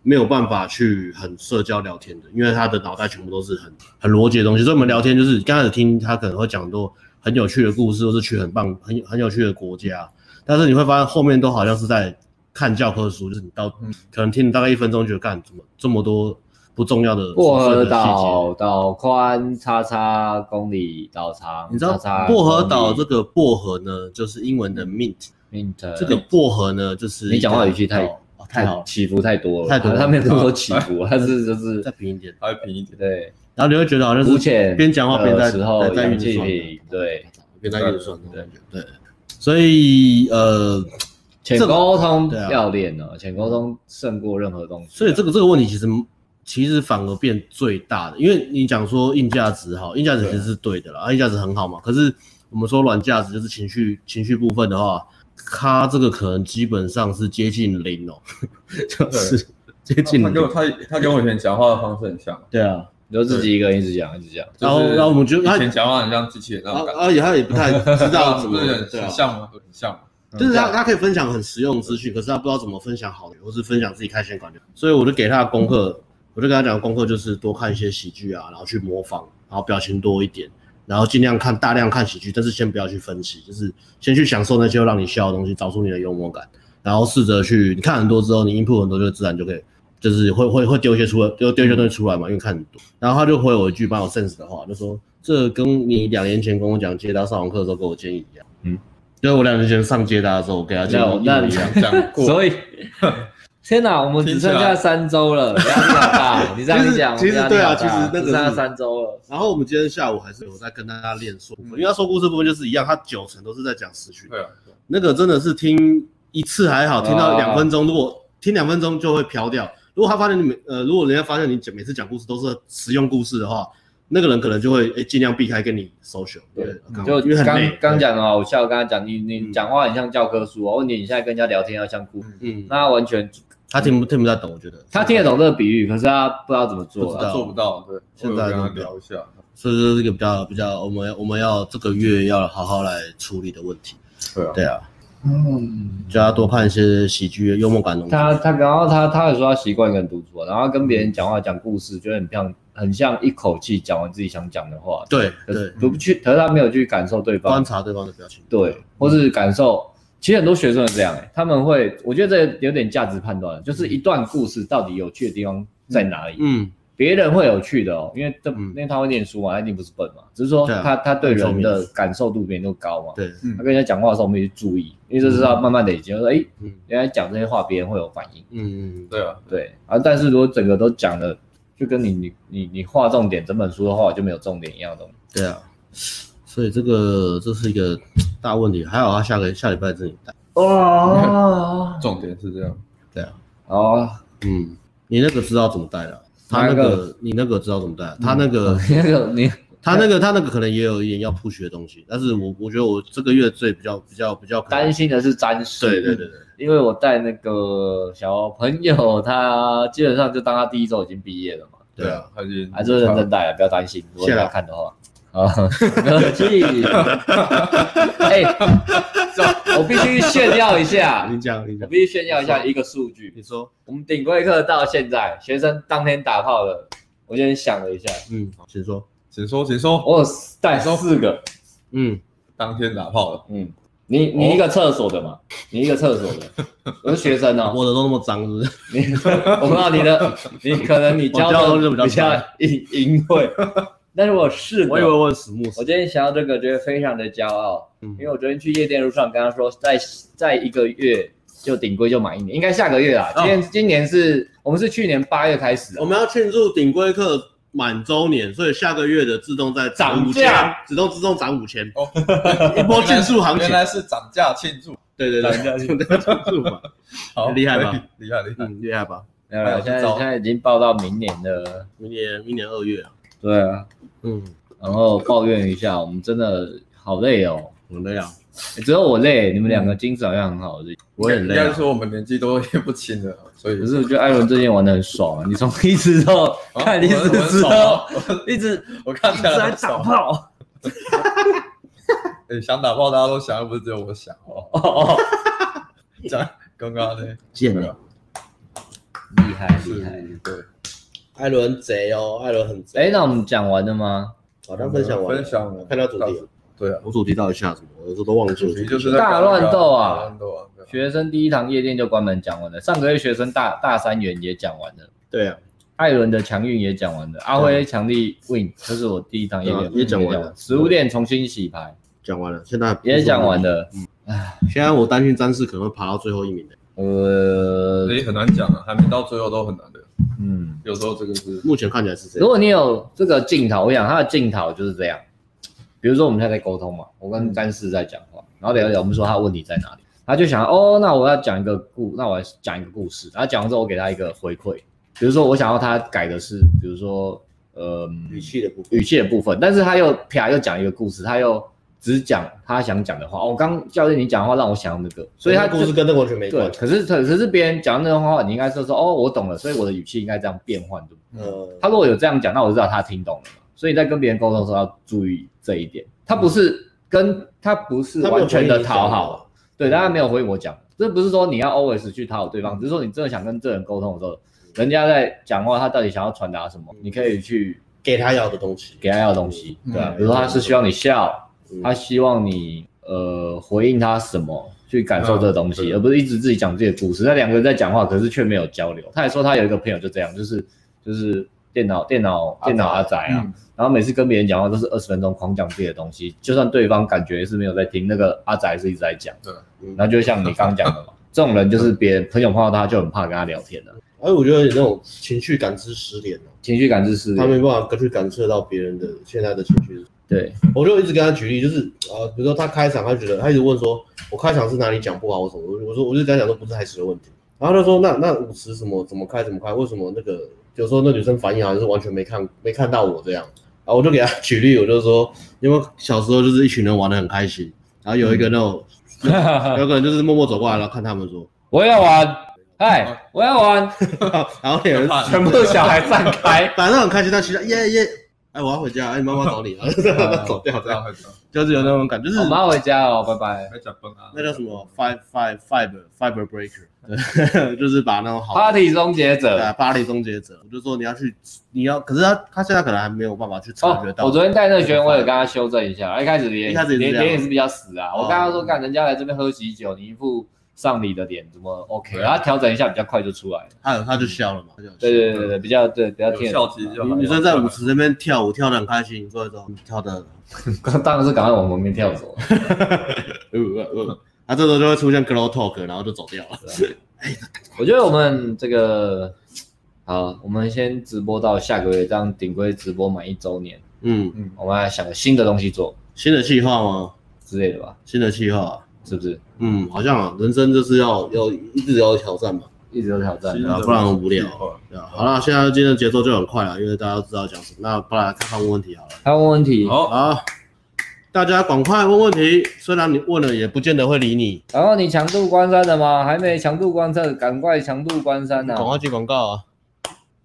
A: 没有办法去很社交聊天的，因为他的脑袋全部都是很很逻辑的东西。所以我们聊天就是刚开始听他可能会讲很多很有趣的故事，或是去很棒很很有趣的国家，但是你会发现后面都好像是在看教科书，就是你到
C: 嗯
A: 可能听大概一分钟，觉得干怎么这么多不重要的
B: 薄荷
A: 琐碎的细节
B: 岛岛宽叉叉公里岛长，
A: 你知道
B: 叉叉
A: 薄荷岛这
B: 公
A: 个薄荷呢，就是英文的 mint，
B: 里 mint
A: 这个薄荷呢，就是
B: 你讲话语气太
A: 哦太好了，
B: 起伏太多了，
A: 太多了
B: 他没有那么多起 伏，啊他是就是
A: 再平一点，
C: 还平一点。
B: 对
A: 然后你会觉得好像
B: 肤
A: 是
B: 浅
A: 边讲话边在
B: 的时候
A: 在在运
B: 氧气
A: 算，
B: 瓶，对
A: 边在运算的感觉，对，所以呃，
B: 浅沟通
A: 对啊
B: 要练哦，浅沟通胜过任何东西。啊
A: 所以这个这个问题其实其实反而变最大的，因为你讲说硬价值好，硬价值其实是对的啦，啊硬价值很好嘛。可是我们说软价值就是情绪情绪部分的话，它这个可能基本上是接近零哦， 就是接近
C: 他他跟
A: 零。
C: 我他他跟我以前讲话的方式很像，
A: 对啊，
B: 你就自己一个人一直讲一直讲，
A: 然后
C: 就是
A: 然后我们就
C: 以
A: 他
C: 前讲话很像机器人那
A: 啊
C: 呃种感觉，
A: 而且他也不太知 道
C: 是
A: 怎
C: 不
A: 么
C: 是
A: 对
C: 很
A: 啊
C: 很像吗？很像吗？
A: 就是他，他可以分享很实用的资讯，可是他不知道怎么分享好的，或是分享自己开心的感觉。所以我就给他的功课，我就跟他讲，功课就是多看一些喜剧啊，然后去模仿，然后表情多一点，然后尽量看大量看喜剧，但是先不要去分析，就是先去享受那些会让你笑的东西，找出你的幽默感，然后试着去你看很多之后，你 input 很多，就自然就可以就是会会会丢一些出来，丢丢一些东西出来嘛，因为看很多。然后他就回我一句蛮有 sense 的话，就说这跟你两年前跟我讲接搭上完课的时候给我建议一样。
C: 嗯，
A: 就是我两年前上接搭的时候，我给他建议一模一
B: 那
A: 样
B: 我。
C: 讲过，
B: 所以， 天哪，我们只剩下三 周了，压力好大。你这样一讲，
A: 其实
B: 我们
A: 其实对啊
B: 压力好大
A: 其实那个
B: 只剩下
A: 是
B: 三周了。
A: 然后我们今天下午还是有在跟大家练说
B: 嗯
A: 故事，因为他说故事部分就是一样，他九成都是在讲时序。
C: 对啊，
A: 那个真的是听一次还好，听到两分钟，如果听两分钟就会飘掉。如果他发现你每呃，如果人家发现你讲每次讲故事都是实用故事的话，那个人可能就会呃诶尽、量避开跟你 social，
B: 对嗯
A: 对，刚
B: 就
A: 嗯因为很
B: 刚
A: 累。
B: 刚讲的好笑，我刚刚讲你你
A: 嗯
B: 讲话很像教科书哦，问你你现在跟人家聊天要像故
A: 对嗯，
B: 那他完全
A: 他听不听不太懂，我觉得
B: 他听得懂这个比喻，可是他不知道怎么做
A: 不知
B: 啊。
A: 道
C: 他做不到，对，
A: 现
C: 我有
A: 在
C: 跟
A: 做
C: 他
A: 不到
C: 聊一下，
A: 所以说这个比较比较，我们我们要这个月要好好来处理的问题。
C: 对啊，
A: 对啊，
B: 嗯，
A: 就要多看一些喜剧、幽默感的东西。
B: 他他然后他他有说他习惯一个人独处啊，然后他跟别人讲话讲故事，觉得很像很像一口气讲完自己想讲的话，
A: 对
B: 可是
A: 对，
B: 不去，可是他没有去感受对方
A: 观察对啊方的表情。
B: 对，或是感受。其实很多学生是这样、欸，他们会，我觉得这有点价值判断了，就是一段故事到底有趣的地方在哪里。
A: 嗯，
B: 别人会有趣的哦，因为这、
A: 嗯
B: 因为他会念书嘛，他一定不是笨嘛，只是说
A: 对啊
B: 他他对人
A: 很聪
B: 的
A: 明
B: 感受度比人都高嘛。
A: 对，
C: 嗯
B: 他跟人家讲话的时候，我们也去注意，因为这是要慢慢累积，就是哎、诶
A: 嗯
B: 原来讲这些话别人会有反应，
A: 嗯嗯
C: 对啊，
B: 对啊。但是如果整个都讲了，就跟你你你你画重点，整本书的话就没有重点一样的东西。
A: 对啊，所以这个这是一个大问题。还好他下个下礼拜自己带。
B: 哦，
C: 重点是这样，
A: 对啊，
B: 哦，
A: 嗯，你那个知道怎么带了？他那
B: 哪一
A: 个你那个知道怎么带？他那个
B: 你那个你
A: 他那个他那个可能也有一点要 push 的东西，但是我我觉得我这个月最比较比较比较可能
B: 担心的是詹士，
A: 对对对对，
B: 因为我带那个小朋友，他基本上就当他第一周已经毕业了嘛，
A: 对啊，，
C: 他已经
B: 还是认真带啊，不要担心。如果你
A: 谢啦
B: 要看的话，啊， 客气。 哎，我必须炫耀一下，
A: 嗯啊你讲你
B: 我
A: 讲，
B: 必须炫耀一下一个数据
A: 你。说，
B: 我们顶规课到现在，学生当天打炮的，我今天想了一下，
A: 嗯，请说，
C: 请说，请说，
B: 我有带四个，
A: 嗯，
C: 当天打炮了，
B: 嗯，你你一个厕所的嘛，你一个厕所的，我是学生哦，
A: 啊我的都那么脏，是不是？
B: 你 我不知道你的，你可能你教
A: 我教
B: 的
A: 的比
B: 比
A: 较
B: 较淫淫秽，但是我是
A: 我以为我很死木
B: 我今天想到这个，觉得非常的骄傲，
A: 嗯
B: 因为我昨天去夜店路上跟他说，在在一个月就顶规就满一年，应该下个月啦。
A: 哦
B: 今天、今年是我们是去年八月开始的
A: 我，们要庆祝顶规课满周年，所以下个月的自动在
B: 涨
A: 五千
B: 价，
A: 自动自动涨五千，
C: 哦，
A: 一波竞速行情
C: 原。来是涨价庆祝，
A: 对对对，
C: 涨价
A: 竞速嘛，
C: 好
A: 厉害吧
C: 可以厉害厉害，
A: 嗯，厉害吧？
B: 没有啦
C: 哎
B: 现在
C: 我知道
B: 现在已经报到明年的，
A: 明年明年二月啊，
B: 对啊，
A: 嗯，
B: 然后抱怨一下，我们真的好累哦，
A: 我累啊，
B: 只有我累，你们两个精神好像很好，
A: 我也很累
C: 应该
A: 啊
C: 是，说我们年纪都也不轻了，所以
B: 可是我觉得艾伦最近玩的很爽啊！你从一直到
C: 啊
B: 看一直
C: 我很
B: 之后
C: 爽，
B: 一直
C: 我看
B: 一直
C: 起来
B: 在
C: 很
B: 打
C: 爽，
B: 炮。
C: 哎，想打炮大家都想，又不是只有我想哦，
B: 哦哦，
C: 讲刚刚呢，
A: 贱
C: 对
A: 啊
C: 啊！
B: 厉害
C: 是
B: 厉害！，
C: 对，
A: 艾伦贼哦，艾伦很
B: 哎，那我们讲完了吗？
A: 好像分享完了，
C: 分享了
A: 看到主题了，
C: 对啊，
A: 我主题到底下什么？我有时候都忘记
C: 主
A: 了。
C: 题就是在
B: 大乱斗啊
C: 大乱斗啊，对啊
B: 学生第一堂夜店就关门讲完了，上个月学生大大三元也讲完了，
A: 对啊，
B: 艾伦的强运也讲完了，阿辉强力 win 这是我第一堂夜
A: 对啊
B: 店
A: 也讲完了
B: 食物链重新洗牌
A: 讲完了，现在
B: 也讲完。了，
A: 现在我担心詹士可能会爬到最后一名的，
B: 呃
C: 所，以很难讲啊，还没到最后都很难的，
B: 嗯。
C: 有时候这个是
A: 目前看起来是这
B: 如
A: 样。
B: 果你有这个镜头，我想他的镜头就是这样。比如说我们现在在沟通嘛，我跟詹士在讲话，
A: 嗯
B: 然后聊一聊，我们说他的问题在哪里，他就想哦，那我要讲一个故，那我要讲一个故事，然后讲完之后我给他一个回馈，比如说我想要他改的是，比如说呃
A: 语气的部分，
B: 语气的部分，但是他又啪又讲一个故事，他又只讲他想讲的话。哦，刚教练你讲的话让我想到那个，所以他
A: 故
B: 就
A: 事跟那个完全没
B: 对，
A: 关系。
B: 可是可可是别人讲那种话，你应该是说哦我懂了，所以我的语气应该这样变换，对不对？
A: 呃，
B: 他如果有这样讲，那我就知道他听懂了嘛。所以在跟别人沟通的时候要注意这一点，他不是跟他不是
A: 嗯没有
B: 完全
A: 回应
B: 的
A: 你
B: 讨
A: 讲
B: 好，，对，大家没有回应我讲，这不是说你要 always 去讨好对方，只是说你真的想跟这人沟通的时候，人家在讲话，他到底想要传达什么，你可以去
A: 给他要的东西。
B: 给他要的东西，
C: 嗯
B: 对啊，比如说他是希望你笑，
A: 嗯
B: 他希望你呃回应他什么，去感受这个东西，
C: 嗯
B: 而不是一直自己讲自己的故事。那两个人在讲话，可是却没有交流。他还说他有一个朋友就这样，就是就是电脑电脑电脑阿仔 啊，
C: 嗯
B: 然后每次跟别人讲话都是二十分钟狂讲自己的东西，就算对方感觉是没有在听，那个阿仔还是一直在讲。
C: 对
A: 嗯
B: 然后就像你刚刚讲的嘛，这种人就是别人朋友碰到他就很怕跟他聊天了，
A: 哎，我觉得有那种情绪感知失联了、
B: 情绪感知失
A: 他
B: 联。
A: 没办法去感受到别人的现在的情绪是什么。
B: 对，
A: 我就一直跟他举例，就是呃，比如说他开场，他觉得他一直问说，我开场是哪里讲不好，我什么？我就我说我就跟他讲说不是台词的问题。然后他说那那舞池什么怎么开怎么开，为什么那个有时候那女生反应好啊像是完全没看没看到我这样。然后我就给他举例，我就说，因为小时候就是一群人玩的很开心，然后有一个那种、有个人就是默默走过来，然后看他们说，
B: 我要玩，嗨，我要玩，
A: 然后有人
C: 怕
B: 全部小孩散开。
A: 反正很开心，但其实耶耶，哎我要回家，哎妈妈找你， 然后就让他 走掉这样，
C: 会讲，
A: 就是有那种感觉，就是
B: 我妈回家哦，拜拜。
C: 会讲崩啊，
A: 那叫什么 five five fiber fiber breaker，对 就是把那种好的
B: Party 终结者
A: 啊巴黎终结者，我就说你要去，你要，可是他他现在可能还没有办法去察
B: 哦
A: 觉，到。
B: 我昨天带那个学员，我有跟他修正一下，一开始脸
A: 一开始也是
B: 脸
A: 这样
B: 脸也是比较死啊。
A: 哦
B: 我跟他说，干人家来这边喝喜酒，你一副上礼的脸，怎么 OK？
A: 啊
C: 对
B: 然后他调整一下，比较快就出来了。
A: 他有他就笑了嘛，他就笑
B: 对对对对，比较对比较听
C: 有
B: 得
C: 效
B: 懂。
C: 期就
A: 女
C: 好
A: 女生在舞池那边跳舞，跳得很开心，所以说你跳的，
B: 当然是赶快往旁边跳走。
A: 呃呃呃，他这时候就会出现 glow talk，然后就走掉了。
B: 啊我觉得我们这个好，我们先直播到下个月，这样顶规直播满一周年，
A: 嗯，
C: 嗯，
B: 我们来想个新的东西做
A: 新的计划吗？
B: 之类的吧，
A: 新的计划，
B: 是不是？
A: 嗯，好像啊，人生就是要要一直要挑战嘛，
B: 一直有挑战
C: 其。实
A: 啊不然很无聊对啊。好了，现在今天的节奏就很快了，因为大家都知道讲什么，那不然看看问问题好了。
B: 还有问问题，
C: 好，
A: 好，大家赶快问问题，虽然你问了也不见得会理你。
B: 然后你强度关山了吗？还没强度关山，赶快强度关山呐、
A: 赶快进广告啊！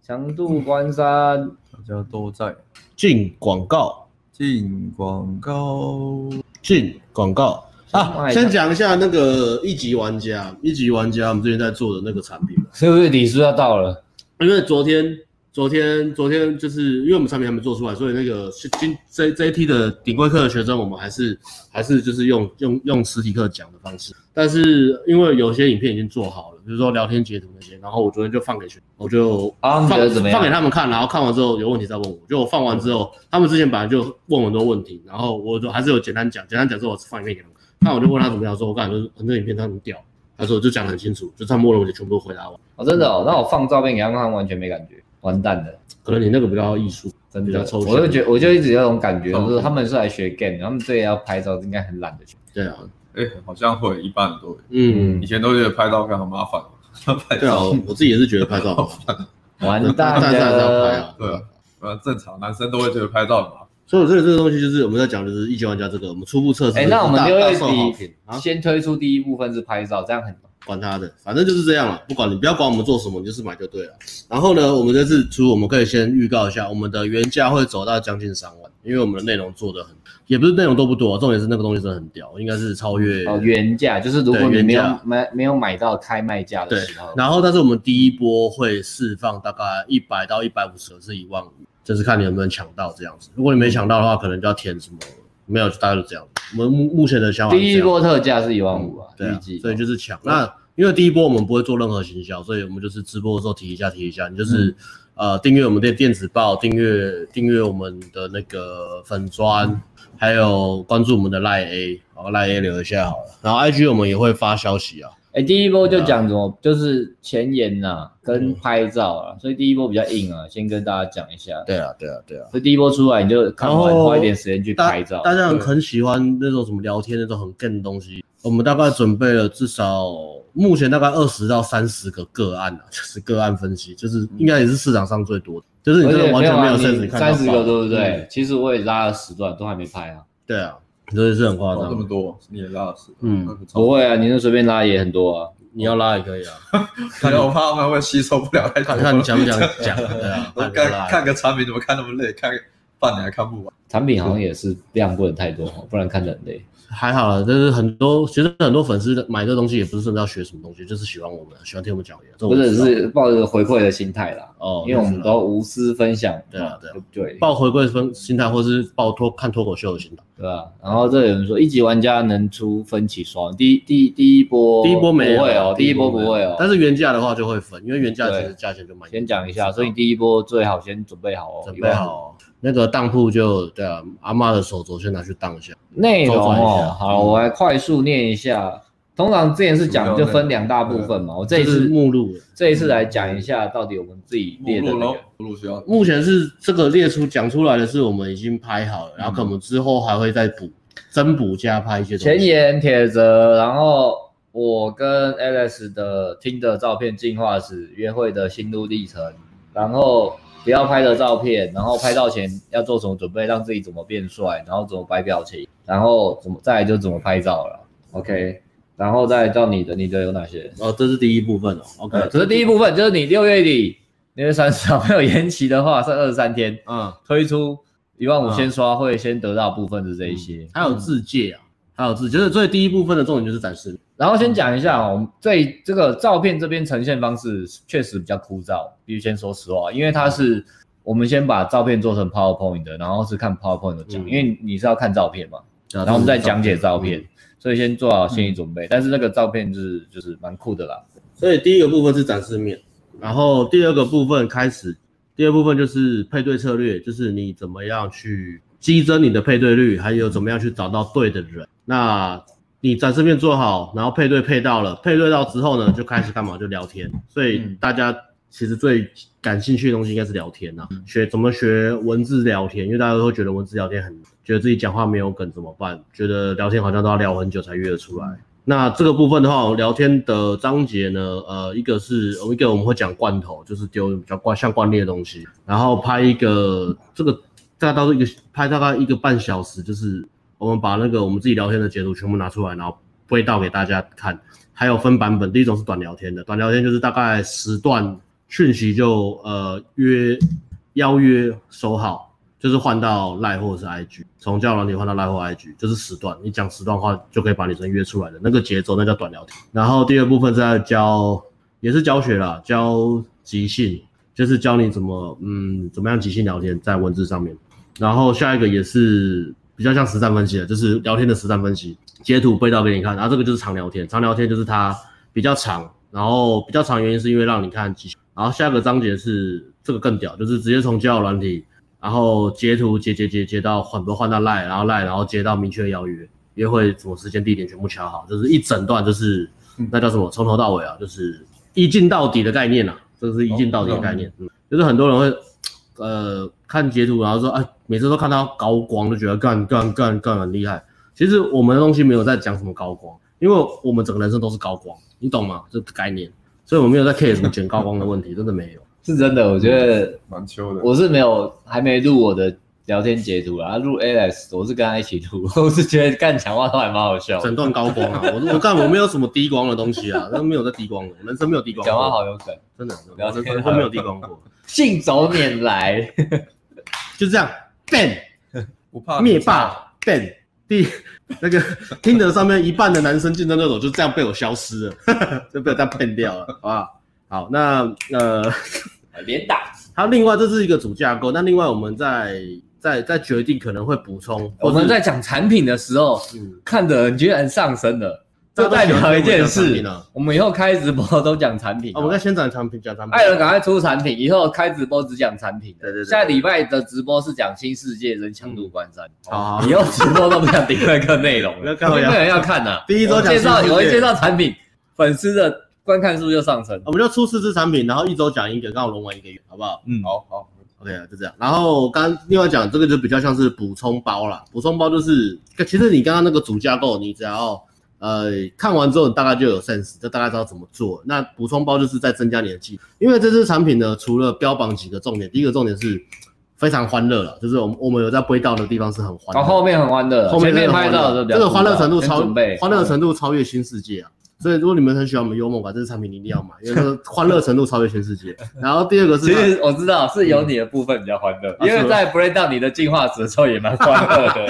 B: 强度关山，
C: 大家都在
A: 进广告，
C: 进广告，
A: 进广告啊！
B: 卖
A: 先讲一下那个一级玩家，一级玩家我们之前在做的那个产品嘛，
B: 是不是李叔要到了？
A: 因为昨天。昨天，昨天就是因为我们产品还没做出来，所以那个是今这这一批的顶规课的学生，我们还是还是就是用用用实体课讲的方式。但是因为有些影片已经做好了，比如说聊天截图那些，然后我昨天就放给学，我就
B: 啊，你觉得
A: 放
B: 怎么
A: 放给
B: 样？
A: 他们看，然后看完之后有问题再问我。就我放完之后，他们之前本来就问我很多问题，然后我就还是有简单讲，简单讲之后我放影片给他们看。那我就问他怎么样，说我感觉就是很多影片他很屌，他说我就讲得很清楚，就他摸了我就全部都回答完。
B: 哦，真的
A: 嗯
B: 哦，那我放照片给他们看，完全没感觉，完蛋了，
A: 可能你那个比较艺术，
B: 真
A: 比较
B: 的。
A: 啊抽象
B: 我就觉，我就一直有种感觉，
C: 嗯
B: 就是他们是来学 game，他们对要拍照应该很懒 得去。
A: 对啊，
C: 哎，好像会一半多，
A: 嗯，
C: 以前都觉得拍照片好麻烦， 拍
A: 对啊，
C: 照
A: 我我自己也是觉得拍照很麻烦，
B: 完蛋
A: 但但是还是要拍
B: 了，
A: 啊，
C: 对啊。呃，正常男生都会觉得拍照很麻烦，
A: 所以我这个这个东西就是我们在讲的就是一级玩家这个，我们初步测试，
B: 哎那我们
A: 大
B: 六
A: 大
B: 月
A: 受好
B: 底
A: 评啊，
B: 先推出第一部分是拍照，这样很
A: 管他的，反正就是这样了。不管你不要管我们做什么，你就是买就对了。然后呢，我们这次出我们可以先预告一下，我们的原价会走到将近三万，因为我们的内容做的很，也不是内容多不多，重点是那个东西真的很屌，应该是超越。
B: 哦原价，就是如果
A: 对
B: 你
A: 原
B: 没有
A: 价
B: 买没有买到开卖价的
A: 对
B: 时候，
A: 然后，但是我们第一波会释放大概一百到一百五十，是一万五，就是看你有没有抢到这样子。如果你没抢到的话，可能就要填什么，没有，大概就这样。我们目目前的想法是
B: 第
A: 这
B: 一
A: 样
B: 波特价是一万五啊，
A: 对
B: 预
A: 啊
B: 计，。
A: 所以就是抢。那因为第一波我们不会做任何行销，所以我们就是直播的时候提一下提一下，你
B: 嗯
A: 就是、呃订阅我们的电子报，订阅订阅我们的那个粉砖，还有关注我们的赖 A，好赖 A 留一下好了。然后 IG 我们也会发消息啊，嗯
B: 哎、第一波就讲什么，就是前言呐、跟拍照啊，所以第一波比较硬啊，先跟大家讲一下。
A: 对啊对啊对啊。
B: 所以第一波出来你就看完，
A: 然后
B: 花一点时间去
A: 大
B: 拍照。
A: 大家很喜欢那种什么聊天那种很 gay 的东西。我们大概准备了至少目前大概二十到三十个个案啊， 就是个案分析，就是应该也是市场上最多的，就是你
B: 嗯而
A: 真
B: 且
A: 的完全
B: 没
A: 没有
B: 啊
A: sense，你
B: 你
A: 看到
B: 三十
A: 爆
B: 个对不对？
A: 嗯
B: 其实我也拉了十段，都还没拍啊。
A: 对啊，所以是很夸
C: 哦这么
A: 张。
C: 多，你也拉屎，
A: 嗯
C: 那不错
B: 不会啊，你那随便拉也很多啊。
A: 你要拉也可以啊，
C: 看我怕他们会吸收不了太 多。
A: 看看你想不想讲，对啊，
C: 我
A: 看你要
C: 看
A: 拉
C: 看个产品怎么看那么累，看个饭你还看不完。
B: 产品好像也是量不能太多哦，不然看着很累。
A: 还好啦，但是很多其实很多粉丝买这东西也不是真的要学什么东西，就是喜欢我们，喜欢听我们讲演，这嗯我
B: 不是
A: 知道
B: 是抱着回馈的心态啦，
A: 哦，
B: 因为我
A: 那
B: 们
A: 是
B: 都无私分享，
A: 对啊对啊
B: 不对？
A: 抱回归分心态，或是抱脱看脱口秀的心态。
B: 对吧？然后这有人说一级玩家能出分歧双，第一第一第一波
A: 第一波没有
B: 不会哦，第一波不
A: 没有
B: 会哦。
A: 但是原价的话就会分，因为原价
B: 对
A: 其实价钱就蛮。
B: 先讲一下，所以你第一波最好先准备好哦，
A: 准备好那个当铺就对啊，阿妈的手镯先拿去当一下。
B: 内容
A: 周转一
B: 哦
A: 下。
B: 好，
A: 嗯
B: 我来快速念一下。通常之前是讲就
C: 主要内
B: 分
C: 容
B: 两大部分嘛，我这一
A: 是
B: 次
A: 目录，
B: 这一次来讲一下到底我们自己列的
C: 目录
B: 那
C: 咯
B: 个。
C: 目录需要
A: 目前是这个列出讲出来的是我们已经拍好了，然后可能我们之后还会再补增补加拍一些东
B: 嗯前
A: 西。
B: 言铁则，然后我跟 Alex 的听的照片进化史，约会的心路历程，然后不要拍的照片，然后拍照前要做什么准备，让自己怎么变帅，然后怎么摆表情，然后怎么再来就怎么拍照了。OK，然后再到你的，你的有哪些？
A: 哦，这是第一部分哦。OK，
B: 呃，这是第一部分，就是你六月底六月三十号 没有延期的话，剩二十三天
A: 嗯，
B: 推出一万五千刷会先得到部分的这一
A: 啊
B: 些。
A: 嗯
B: 嗯
A: 还有自介啊，还有自介，就是最第一部分的重点就是展示。
B: 然后先讲一下哦，这这个照片这边呈现方式确实比较枯燥，必须先说实话，因为它是我们先把照片做成 PowerPoint 的，然后是看 PowerPoint 的讲，
A: 嗯
B: 因为你是要看照片嘛，
A: 然
B: 然后我们再讲解照片，所以先做好心理准备。嗯但是那个照片就是就是蛮酷的啦，
A: 所以第一个部分是展示面，然后第二个部分开始，第二部分就是配对策略，就是你怎么样去激增你的配对率，还有怎么样去找到对的人。那你展示面做好，然后配对配到了，配对到之后呢，就开始干嘛？就聊天。所以
B: 嗯
A: 大家其实最感兴趣的东西应该是聊天呐、啊学怎么学文字聊天，因为大家都会觉得文字聊天很，觉得自己讲话没有梗怎么办？觉得聊天好像都要聊很久才约得出来。那这个部分的话，我聊天的章节呢，呃，一个是一个我们会讲罐头，就是丢比较惯像惯例的东西，然后拍一个这个大概到一个拍大概一个半小时，就是我们把那个我们自己聊天的截图全部拿出来，然后播到给大家看，还有分版本，第一种是短聊天的，短聊天就是大概十段讯息就呃约邀约收好，就是换到赖或者是 IG，从交友软体换到赖或 IG，就是十段，你讲十段话就可以把女生约出来的那个节奏，那叫短聊天。然后第二部分是在教，也是教学啦，教即兴，就是教你怎么嗯怎么样即兴聊天在文字上面。然后下一个也是比较像实战分析的，就是聊天的实战分析，截图背到给你看。然啊后这个就是长聊天，长聊天就是它比较长，然后比较长原因是因为让你看几。然后下个章节是这个更屌，就是直接从交友软体，然后截图截截截截到很多换到赖，然后赖然后接到明确的邀约，约会什么时间地点全部敲好，就是一整段就是
C: 嗯
A: 那叫什么从头到尾啊，就是一进到底的概念啊，这是一进到底的概念，嗯，就是很多人会呃看截图，然后说哎，每次都看到高光就觉得干干干干很厉害。其实我们的东西没有在讲什么高光，因为我们整个人生都是高光，你懂吗？这个概念，所以我没有在 care 什么剪高光的问题，真的 没有。
B: 是真的。我觉得
C: 蛮秋的。
B: 我是没有还没录我的聊天截图啦，录 Alex 我是跟他一起录， 我是觉得干讲话都还蛮好笑的，
A: 整段高光啊，我我干我没有什么低光的东西啊，都没有在低光的，我人生没有低光过。
B: 讲话好有梗，
A: 真的，真的
B: 聊
A: 我
B: 天
A: 人生都没有低光过，
B: 信手拈来。
A: 就这样，ban
C: 不怕
A: 灭霸 ban 第那个 Tinder 上面一半的男生竞争对手就这样被我消失了， 就被我这样 ban 掉了，好不好？好，那呃。
B: 连打。
A: 它另外这是一个主架构，那另外我们在在在决定可能会补充，
B: 我们
A: 在
B: 在讲产品的时候，
A: 嗯，
B: 看的人居然上升了，这
A: 啊
B: 代表一件事。我们以后开直播都讲产品
A: 啊
B: 啊。
A: 我们在先讲产品，讲产品。
B: 艾伦赶快出产品，以后开直播只讲产品。
A: 对对对对
B: 下礼拜的直播是讲新世界人强度关山。
A: 好好好
B: 以后直播都不讲顶那个内容
A: 不
B: 了，
A: 要看我
B: 没
A: 呀
B: 有人要看呐。
A: 第一周
B: 我
A: 讲
B: 介绍，
A: 新世界
B: 我会介绍产品，粉丝的观看数就上升。
A: 我们就出四支产品，然后一周讲一个，刚好融完一个月，好不好
C: 嗯，好好，
A: ？OK，就啊这样。然后刚另外讲这个就比较像是补充包啦，补充包就是其实你刚刚那个主架构，你只要呃看完之后，你大概就有 sense，就大概知道怎么做。那补充包就是在增加你的技能，因为这支产品呢，除了标榜几个重点，第一个重点是非常欢乐了，就是我们我们有在归到的地方是很欢乐
B: 然
A: 的。
B: 后后面很欢乐，
A: 后面
B: 前
A: 真
B: 面
A: 的
B: 拍
A: 很欢
B: 照
A: 乐
B: 的
A: 这个欢乐程度超
B: 准备
A: 欢乐程度超越新世界啊！所以如果你们很喜欢我们幽默感，这支产品你一定要买，因为这个欢乐程度超越新世 界。然后第二个是
B: 其
A: 它，
B: 实我知道是有你的部分比较欢乐，
A: 嗯
B: 因为在 break down 你的进化史的时候也蛮欢乐的。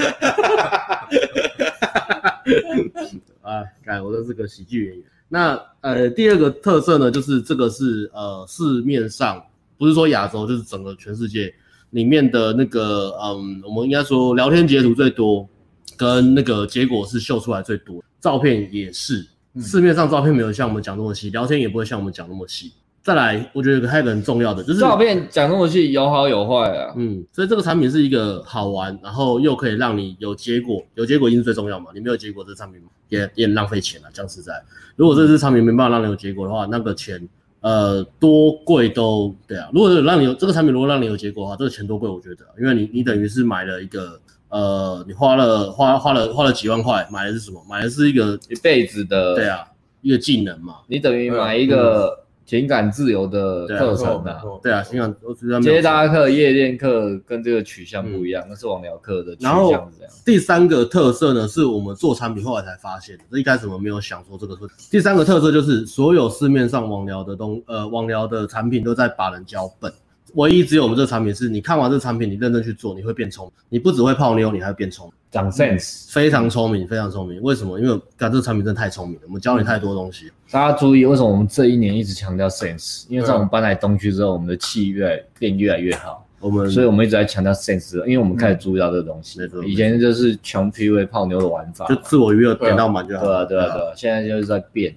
A: 哎，改我的这个喜剧演员。那呃，第二个特色呢，就是这个是呃市面上不是说亚洲，就是整个全世界里面的那个嗯，我们应该说聊天截图最多，跟那个结果是秀出来最多，照片也是，
C: 嗯
A: 市面上照片没有像我们讲那么细，聊天也不会像我们讲那么细。再来，我觉得有个还有一个很重要的就是
B: 照片讲这么细，有好有坏啊。
A: 嗯，所以这个产品是一个好玩，然后又可以让你有结果，有结果一定是最重要嘛。你没有结果，这产品也也很浪费钱了、啊讲实在，如果这支产品没办法让你有结果的话，那个钱呃多贵都对啊。如果有让你有这个产品，如果让你有结果的话，这个钱多贵，我觉得，啊因为你你等于是买了一个呃，你花了花花了花了几万块，买的是什么？买的是一个
B: 一辈子的，
A: 对，啊，一个技能嘛，
B: 你等于买一个情感自由的课程啊。
A: 对啊。心想我觉得没有
B: 接
A: 钱
B: 搭课、夜店课跟这个取向不一样，那是网聊课的取
A: 嗯然后
B: 向是这样。
A: 第三个特色呢，是我们做产品后来才发现的，这一开始我们没有想说这个是。第三个特色就是所有市面上网聊的东呃网聊的产品都在把人教笨，唯一只有我们这个产品是你看完这个产品，你认真去做，你会变聪明，你不只会泡妞，你还会变聪明，
B: 长 sense，
A: 非常聪明，非常聪明。为什么？因为干这个产品真的太聪明了，我们教你太多东西。
B: 大家注意，为什么我们这一年一直强调 sense？因为在我们搬来东区之后，我们的气越来变越来越好，
A: 我们
B: 所以我们一直在强调 sense，因为我们开始注意到这个东西
A: 没错。
B: 以前就是穷 PUA 泡妞的玩法
A: 就
B: 嘛，
A: 自我娱乐点到满就好
B: 对啊，
A: 了。
B: 对啊，对啊，现在就是在变。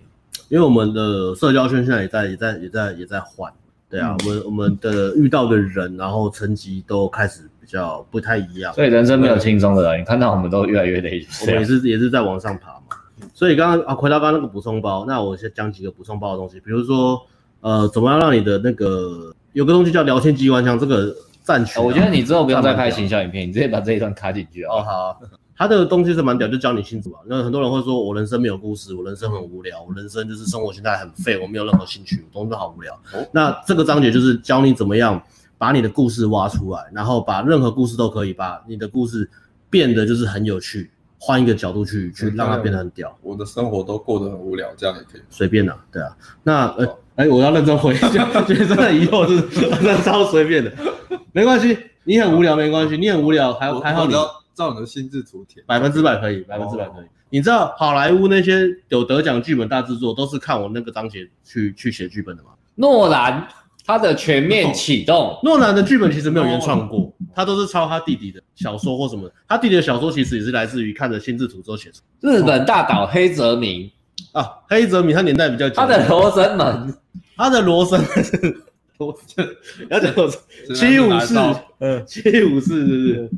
A: 因为我们的社交圈现在也在也在也在也在换，对啊，
B: 嗯
A: 我们我们的遇到的人，然后层级都开始比较不太一样，
B: 所以人生没有轻松的了，你看到我们都越来越累，
A: 我
B: 这
A: 们也
B: 样。
A: 是也是在往上爬嘛。所以刚刚啊，回到刚刚那个补充包，那我先讲几个补充包的东西，比如说呃，怎么样让你的那个有个东西叫聊天机关枪，这个战区啊、
B: 呃我觉得你之后不用再拍
A: 上
B: 行销影片，你直接把这一段卡进去
A: 哦
B: 啊。
A: 好啊、他这个东西是蛮屌，就教你清楚嘛。那很多人会说，我人生没有故事，我人生很无聊，我人生就是生活形态很废，我没有任何兴趣，我东西都好无聊。
C: 哦
A: 那这个章节就是教你怎么样把你的故事挖出来，然后把任何故事都可以把你的故事变得就是很有趣，换一个角度去去
C: 嗯
A: 让它变得很屌，
C: 我的生活都过得很无聊，这样也可以。
A: 随便啦、对啊。那
C: 哦
A: 呃，哎、我要认真回一 下，觉得真的以后是真的超随便的，没关系，你很无聊没关系，你很无聊还
C: 我
A: 还好
C: 我
A: 你
C: 只要照你的心智图填。
A: 百分之百可
B: 哦
A: 以，百分之百可以。你知道好莱坞那些有得奖剧本大制作，都是看我那个章节去去写剧本的嘛。
B: 诺兰他的全面启 动，
A: 诺兰的剧本其实没有原创
B: 哦
A: 过，他都是抄他弟弟的小说或什么的。他弟弟的小说其实也是来自于看着心智图之后写出
B: 日本大岛黑泽明，
A: 啊。黑泽明他年代比较久，
B: 他的罗生门，
A: 他的罗生 罗生 要讲罗生 七五四， 嗯，七五四是不是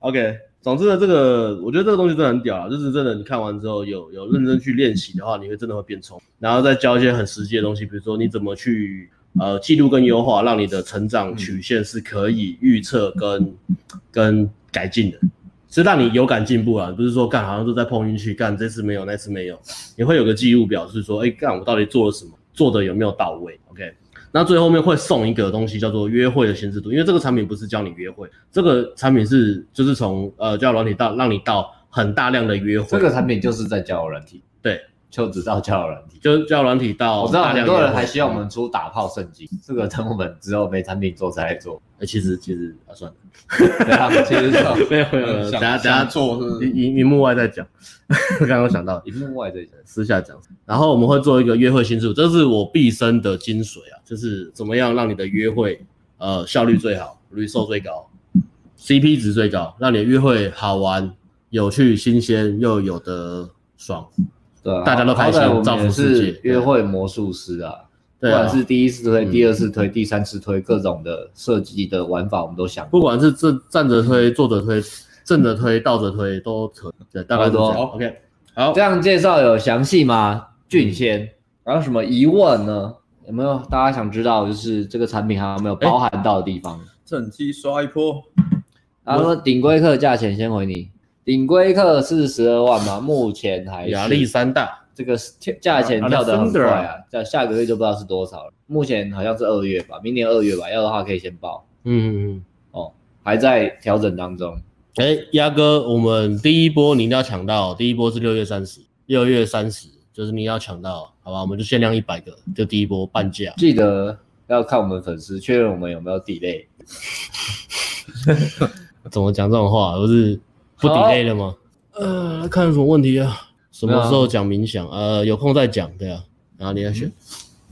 A: ？OK，总之呢，这个我觉得这个东西真的很屌啊，就是真的，你看完之后有有认真去练习的话，你会真的会变聪明，然后再教一些很实际的东西，比如说你怎么去呃记录跟优化，让你的成长曲线是可以预测跟跟改进的。是让你有感进步啊，不是说干好像都在碰运气，干这次没有那次没有，你会有个记录表示说，哎、干我到底做了什么，做的有没有到位？OK，那最后面会送一个东西叫做约会的心智图，因为这个产品不是教你约会，这个产品是就是从呃教软体到让你到很大量的约会，
B: 这个产品就是在交友软体，
A: 对，
B: 就只到交友软体。
A: 就是教软体到
B: 我知道
A: 大
B: 很
A: 量约
B: 多
A: 会
B: 人还希望我们出打炮圣经，这个等我们之后没产品做才来做。
A: 呃其实其实啊算了，
B: 对啊，其实 上
A: 没有没有，没有
C: 嗯
A: 等
C: 想
A: 下等下
C: 想做是不是？
A: 荧荧幕外再讲， 刚刚想到
B: 荧幕外这些，
A: 私下讲，然后我们会做一个约会心智图，这是我毕生的精髓啊，就是怎么样让你的约会呃效率最好，率售最高，CP 值最高，让你的约会好玩、有趣、新鲜又有的爽。
B: 对啊，
A: 大家都开心
B: 好歹我
A: 造
B: 们也
A: 福世界
B: 是约会魔术师啊，不
A: 对啊
B: 管是第一次推、
A: 嗯
B: 第二次推、第三次推，各种的设计的玩法我们都想
A: 不
B: 过。
A: 管是站站着推、坐着推、正着推、倒着推都可以，对，大概是这样。
B: 好
A: OK，好
B: 这，样介绍有详细吗？
A: 嗯
B: 俊先，还有什么疑问呢？有没有大家想知道，就是这个产品还有没有包含到的地方？
C: 趁机刷一波，
B: 他说顶规课价钱先回你，顶规课是十二万吗？目前还是
A: 亚历山大，
B: 这个是跳价钱跳得很快啊，下下个月就不知道是多少了。目前好像是二月吧，明年二月吧，要的话可以先报，
A: 嗯嗯嗯，
B: 还在调整当中。
A: 哎，鸭哥，我们第一波你一定要抢到，第一波是六月三十，六月三十就是你要抢到，好吧？我们就限量一百个，就第一波半价。
B: 记得要看我们粉丝确认我们有没有 delay。
A: 怎么讲这种话？不是不
B: 好
A: delay 了吗？呃，看有什么问题啊？什么时候讲冥想？呃，有空再讲，对啊。然后你来选，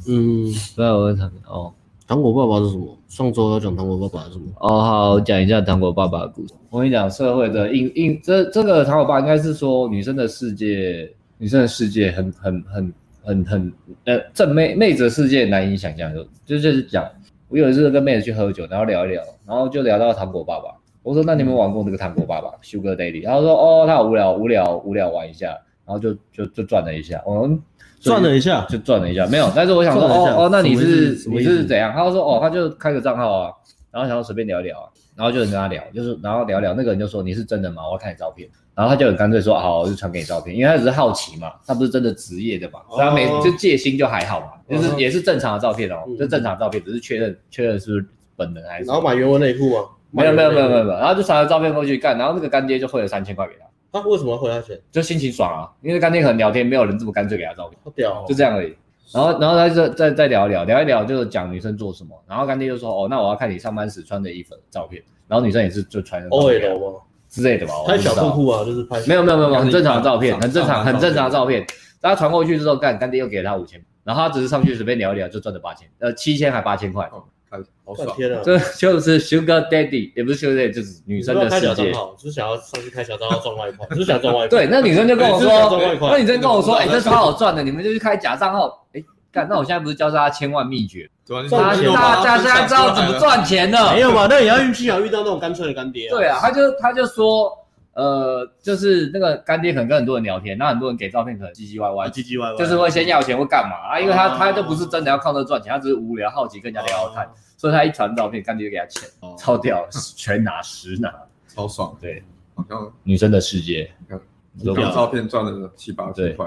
A: 嗯，
B: 不要我问他们哦。
A: 糖果爸爸是什么？上周要讲糖果爸爸是什么？
B: 哦，好，我讲一下糖果爸爸的故事。我跟你讲，社会的应应这这个糖果爸应该是说女生的世界，女生的世界很很很很很呃，这妹妹子的世界难以想象，就就就是讲，我有一次跟妹子去喝酒，然后聊一聊，然后就聊到糖果爸爸。我说那你们玩过这个糖果爸爸 Sugar Daddy？然后说哦，他好无聊，无聊，无聊玩一下，然后就就就转了一下，我们
A: 转了一下，
B: 就转了一下，没有。但是我想说，
A: 转了一下
B: 哦哦，那你
A: 什
B: 是
A: 么意思什么
B: 你
A: 意思
B: 是怎样？他说哦，他就开个账号啊，然后想要随便聊一聊啊，然后就有人跟他聊，就是然后聊聊，那个人就说你是真的吗？我要看你照片。然后他就很干脆说好，我就传给你照片，因为他只是好奇嘛，他不是真的职业的嘛，哦所以他没
A: 哦
B: 就戒心就还好嘛，就是
A: 嗯
B: 也是正常的照片哦
A: 嗯，
B: 就正常的照片，只是确认确认是不是本人还是什
A: 然
B: 么
A: 后买原文内裤啊吗？
B: 没有没有没有没有
A: 有。
B: 没有，然后就传了照片过去干，然后那个干爹就汇了三千块给他，
A: 他啊为什么要回他钱？
B: 就心情爽啊，因为干爹可能聊天没有人这么干脆给他照片，
A: 好屌哦！
B: 就这样而已。然后，然后他就再再聊一聊，聊一聊就是讲女生做什么。然后干爹就说：“哦，那我要看你上班时穿的衣服的照片。”然后女生也是就穿
A: OL 吗？
B: 之类的吧，我不
A: 拍
B: 知道
A: 小裤裤啊，就是拍
B: 没有没有没有，很正常的照片，
A: 上
B: 很正常
A: 上班
B: 很正常的
A: 照
B: 照片。大家传过去之后，干干爹又给了他五千，然后他只是上去随便聊一聊就赚了八千，呃，七千还八千块。
C: 哦，看
A: 片。
C: 好爽
A: 干。天啊！
B: 这就是 Sugar Daddy，也不是 Sugar Daddy，就是女生
A: 你
B: 的
A: 知道开
B: 世
A: 小账
B: 界。
A: 号，就是想要上去开小账号赚外快，就是想赚外快。
B: 对，那女生就跟我
A: 哎这是假账
B: 说
A: 外，快
B: 那女生跟我说，哎，
C: 这
B: 这
C: 是
B: 超好赚的，你们就去开假账号。哎，干，那我现在不是教大家千万秘诀，
C: 对啊，你
A: 赚
B: 大
A: 钱
B: 家
A: 就
B: 大家现在知道怎么。赚钱了。
A: 没有嘛？那也要运气好，遇到那种干脆的干爹。
B: 对啊，，他就他就说，呃，就是那个干爹可能跟很多人聊天，那很多人给照片可能唧唧歪
A: 啊，
B: 歪，
A: 唧唧歪歪，
B: 就是会先要钱或干嘛啊？因为他
A: 哦
B: 他就不是真的要靠那赚钱，他只是无聊好奇跟人家聊聊看
A: 哦，
B: 所以他一传照片，干爹就给他钱，
A: 哦
B: 超屌，全拿十拿。
C: 超爽，
B: 对，
C: 好像
B: 女生的世界
C: 嗯，
B: 你都不知
C: 张
B: 道
C: 照片赚了七八千块，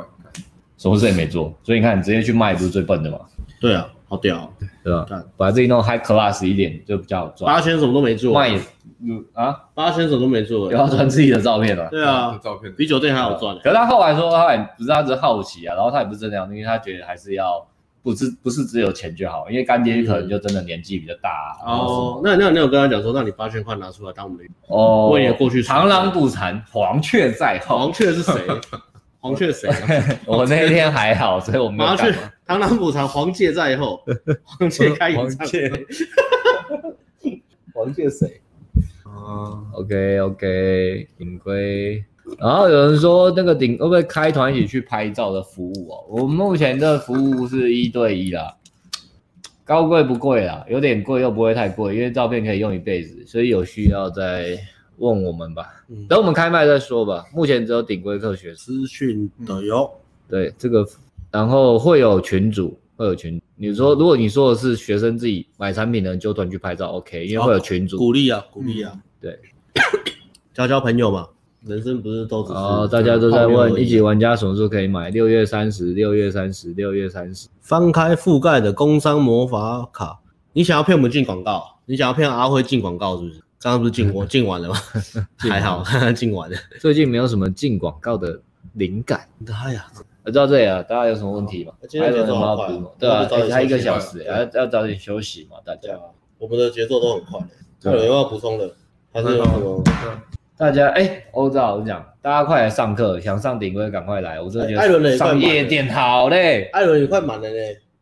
B: 什么事也没做，所以你看你直接去卖不是最笨的嘛，
A: 对啊，好屌哦，
B: 对吧
A: 干？
B: 把自己弄 high class 一点就比较好
A: 八
B: 赚，
A: 千什么都没做，
B: 卖也啊嗯啊，
A: 八千什么都没做
B: 不，要传自己的照片了。
A: 对啊
C: 这，照片
A: 比酒店还好赚
B: 可是他后来说，他也不是他只是好奇啊，然后他也不是真的要，因为他觉得还是要不是不是只有钱就好，因为干爹可能就真的年纪比较大、啊然后
A: 哦。那那那我跟他讲说，那你八千块拿出来当我们的
B: 哦，
A: 为了过去
B: 螳螂捕蝉，黄雀在后。
A: 黄雀是 谁？黄雀谁？啊
B: 我那一天还好，所以我没有
A: 麻雀
B: 干嘛。
A: 螳螂捕蝉，黄雀在 后，黄雀开演唱会。
B: 黄雀谁
C: 啊，
B: ？OK OK，顶规。然后有人说那个顶会不会开团一起去拍照的服务哦？我们目前的服务是一对一啦，高贵不贵啦，有点贵又不会太贵，因为照片可以用一辈子，所以有需要再问我们吧。
A: 嗯
B: 等我们开卖再说吧。目前只有顶规课学生。
A: 资讯的哟，
B: 对这个，然后会有群主，会有群。你说，如果你说的是学生自己买产品的，就团去拍照，OK，因为会有群主。
A: 鼓励啊，鼓励啊，
B: 嗯对，
A: 交交朋友嘛，人生不是都只是
B: 然哦后大家都在
A: 泡妞
B: 问
A: 而已啊
B: 一级玩家什么时候可以买？六月三十，六月三十，六月三十。
A: 翻开覆盖的工商魔法卡，你想要骗我们进广告？你想要骗阿辉进广告是不是？刚刚不是 进过进完了吗？还好 进完了。
B: 最近没有什么进广告的灵感。
A: 哎呀，
B: 呃到这里啊，大家有什么问题吗？
A: 今
B: 还
A: 天
B: 有
A: 节
B: 什
A: 奏
B: 么
A: 好
B: 要
A: 快
B: 补
A: 哦
B: 吗？对啊，
A: 我要早点
B: 还一个
A: 休息
B: 小
A: 了
B: 时，要要早点休息嘛，大
A: 对
B: 家
A: 啊。，我们的节奏都很快。那
B: 对啊
A: 有要补充的？还
C: 嗯
A: 是有什么？
B: 大家哎，我知道，我跟你讲，大家快来上课，想上顶规赶快来，我真的觉
A: 哎艾伦
B: 得
A: 也快
B: 上
A: 满了
B: 夜店好累。
A: 艾伦也快满了呢，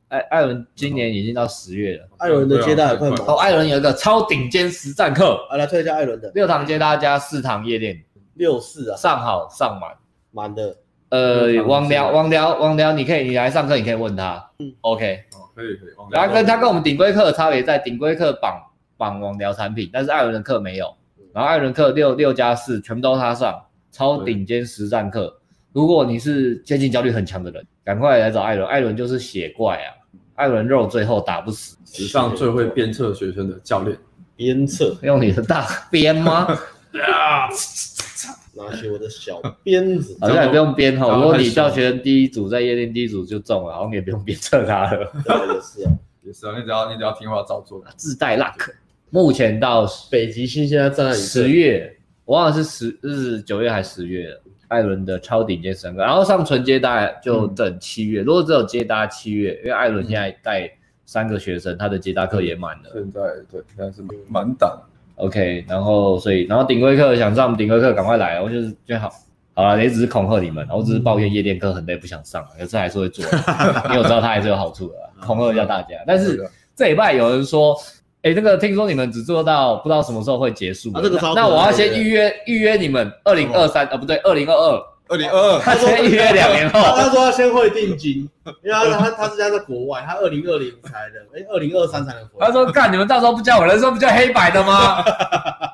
B: 艾艾伦今年已经到十月了。
A: 艾伦的接待也快满
B: 哦，
C: 啊
A: 了。
B: 艾伦有一个超顶尖实战课，
A: 啊，来推一下艾伦的
B: 六堂接大家四堂夜店，
A: 六四啊，
B: 上好上满。
A: 满的。
B: 呃，
C: 六堂
B: 王聊
C: 是
B: 王聊王聊，你可以你来上课，你可以问他。嗯，OK。
C: 哦，可以可以，
B: 然后跟他跟我们顶规课的差别在顶规课绑绑王聊产品，但是艾伦的课没有。然后艾伦课六六加四全部都是他上，超顶尖实战课。如果你是接近焦虑很强的人，赶快来找艾伦，艾伦就是血怪啊，艾伦肉最后打不死。
C: 史上最会鞭策学生的教练，
A: 鞭策，
B: 用你的大鞭吗？，
A: 拿起我的小鞭 子
B: 好像也不用编
C: 然
B: 哈。
C: 后
B: 如果
C: 很
B: 你
C: 爽
B: 叫学生第一组在夜店第一组就中了，好像也不用鞭策他了。
A: 对也是啊。
C: 也是啊，你只要你只要听话照做，
B: 自带 luck，目前到
A: 北极星现在站在你这
B: 十月，我忘了是十是九月还是十月了。艾伦的超顶尖神歌，然后上纯接大家就等七月。如果只有接搭七月，因为艾伦现在带三个学生，他的接搭课也满了。
C: 现在对现在是满档，
B: OK，然后所以然后顶规课想上顶规课赶快来，我就是最好好了，也只是恐吓你们，我只是抱怨夜店课很累，不想上，可是还是会 做，因为我知道它还是有好处的啦，恐吓一下大家。但是这礼拜有人说，哎、那个听说你们只做到不知道什么时候会结束、
A: 啊这个超
B: 那
A: 酷
B: 那我要
A: 的哦
B: 先预约预约你们二零二三，呃，不对，二零二二，
D: 二零二二，
B: 他先预约两 年后。
A: 他他说他先汇定金，因为他他他是在在国外，他二零二零才能，哎，二零二三才能回来。
B: 他说：“干，你们到时候不叫我人生不叫黑白的 吗？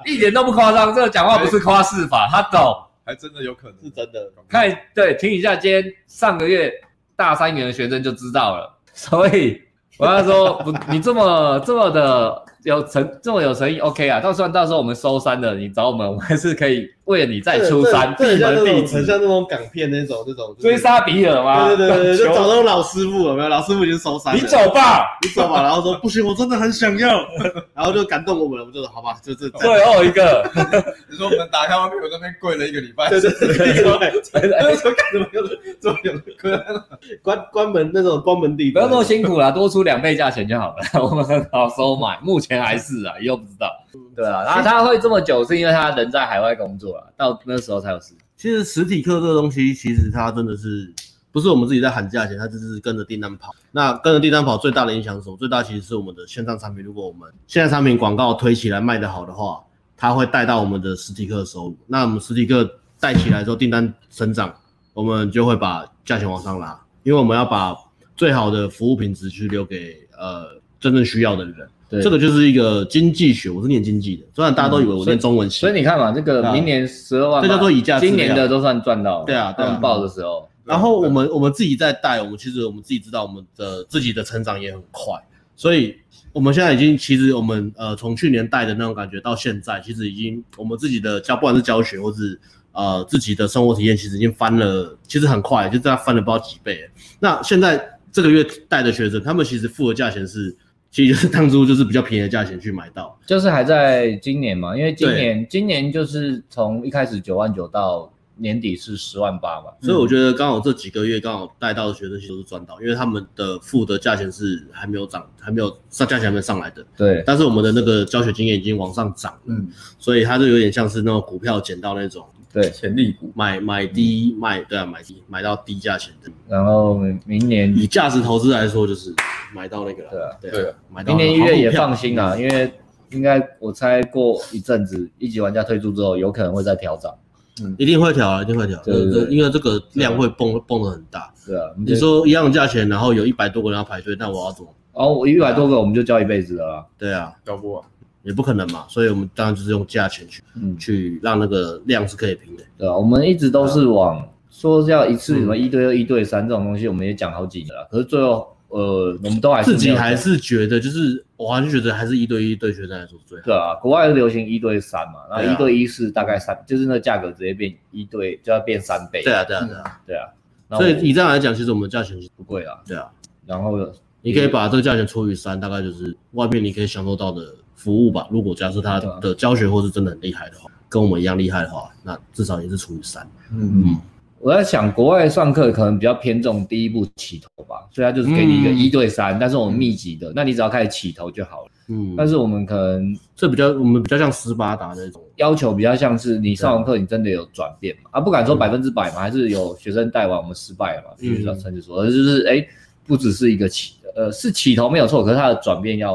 B: 一点都不夸张，这个讲话不是夸饰法，他懂。
D: 还真的有可能
A: 是真的，
B: 看，对，听一下今天上个月大三元的学生就知道 了。所以我要说，不， 你这么这么的有诚，这么有诚意，OK 啊。到时候到时候我们收山了，你找我们，我们 还是可以为了你再出山，
A: 这
B: 闭
A: 很像
B: 门
A: 那
B: 弟
A: 种很
B: 子，
A: 像那种港片那种那种就是
B: 追杀比尔吗？
A: 对对对对，就
B: 求
A: 找那种老师傅有没有？老师傅已经收山了，
B: 你走吧。
A: 你走吧，然后说不行，我真的很想要，然后就感动我们了，我们就说好吧，就这
B: 最后一个，
D: 你说我们打开外面，我这边跪了一个礼拜，
A: 对对
C: 啊
A: 对对对，
B: 哎
A: 说干什么又怎么有关关门那种关门弟，
B: 不要那么辛苦啦，多出两倍价钱就好了， 我们很好收买。目前还是啊，以后不知道。
A: 嗯
B: 对啊，然后他会这么久，是因为他人在海外工作啊，到那时候才有时间。
A: 其实实体课这个东西，其实它真的是不是我们自己在喊价钱，它就是跟着订单跑。那跟着订单跑最大的影响是什么？最大其实是我们的线上产品。如果我们线上产品广告推起来卖得好的话，它会带到我们的实体课的收入。那我们实体课带起来之后，订单成长，我们就会把价钱往上拉，因为我们要把最好的服务品质去留给呃真正需要的人。
B: 对
A: 这个就是一个经济学，我是念经济的，虽然大家都以为我
B: 所以
A: 念中文系，
B: 所以你看嘛，这个明年十二万嘛，
A: 啊这叫做以价制
B: 今
A: 量
B: 年的都算赚到了。
A: 对啊对啊
B: 他们报的时候，
A: 然后我们我们自己在带，我们其实我们自己知道我们的自己的成长也很快，所以我们现在已经其实我们呃从去年带的那种感觉到现在，其实已经我们自己的教不管是教学或是呃自己的生活体验，其实已经翻了，其实很快，就这样翻了不知道几倍了。那现在这个月带的学生，他们其实付的价钱是，其实就是当初就是比较便宜的价钱去买到，
B: 就是还在今年嘛，因为今年今年就是从一开始九万九到年底是十万八嘛。
A: 所以我觉得刚好这几个月刚好带到的学生其实都是赚到，因为他们的付的价钱是还没有涨，还没有上价钱还没上来的。
B: 对，
A: 但是我们的那个教学经验已经往上涨了，
C: 嗯，
A: 所以它就有点像是那种股票捡到那种
C: 潜力股，
A: 买买低
B: 嗯
A: 卖，对啊，买低买到低价钱的。
B: 然后明年
A: 以价值投资来说，就是买到那个了，对
C: 对啊，
A: 买到
B: 明年一月也
A: 好
B: 放
A: 股票
B: 心啊啦，因为应该我猜过一阵子，一级玩家推出之后，有可能会再调涨，
A: 一定会调啊，一定会调，
B: 对对
A: 这
B: 对啊
A: 因为这个量会蹦蹦的很大。
B: 是啊。
A: 你
B: 就
A: 说一样的价钱，然后有一百多个人要排队，那我要怎么？
B: 哦，我一百多个我们就交一辈子了啦，
A: 对啊，
C: 要不完，
A: 也不可能嘛，所以我们当然就是用价钱去
B: 嗯，
A: 去让那个量是可以平的。
B: 对啊，我们一直都
A: 嗯
B: 是往说要一次什么一对二、一对三这种东西，我们也讲好几年了，可是最后呃，我们都还是
A: 自己
B: 没有
A: 还是觉得，就是我还是觉得还是一对一对学生来说最好。
B: 对啊，国外流行一对三嘛，然后
A: 对啊
B: 一对一是大概三，就是那个价格直接变一对就要变三倍，
A: 对啊，对啊，对啊。
B: 对啊，然后
A: 所以以这样来讲，其实我们价钱是
B: 不贵啦，
A: 对啊，
B: 然后
A: 你可以把这个价钱除以三，大概就是外面你可以享受到的服务吧。如果假设他
B: 对啊
A: 的教学或是真的很厉害的话，跟我们一样厉害的话，那至少也是除以三。
C: 嗯，
B: 我在想，国外上课可能比较偏重第一步起头吧，所以他就是给你一个
A: 嗯
B: 一对三、但是我们密集的，那你只要开始起头就好了。
A: 嗯，
B: 但是我们可能
A: 这比较我们比较像斯巴达那种，
B: 要求比较像是你上完课你真的有转变嘛？啊，不敢说百分之百嘛，还是有学生带完我们失败了嘛？
A: 嗯
B: 就是甚至说，而就是哎、不只是一个起，呃，是起头没有错，可是他的转变要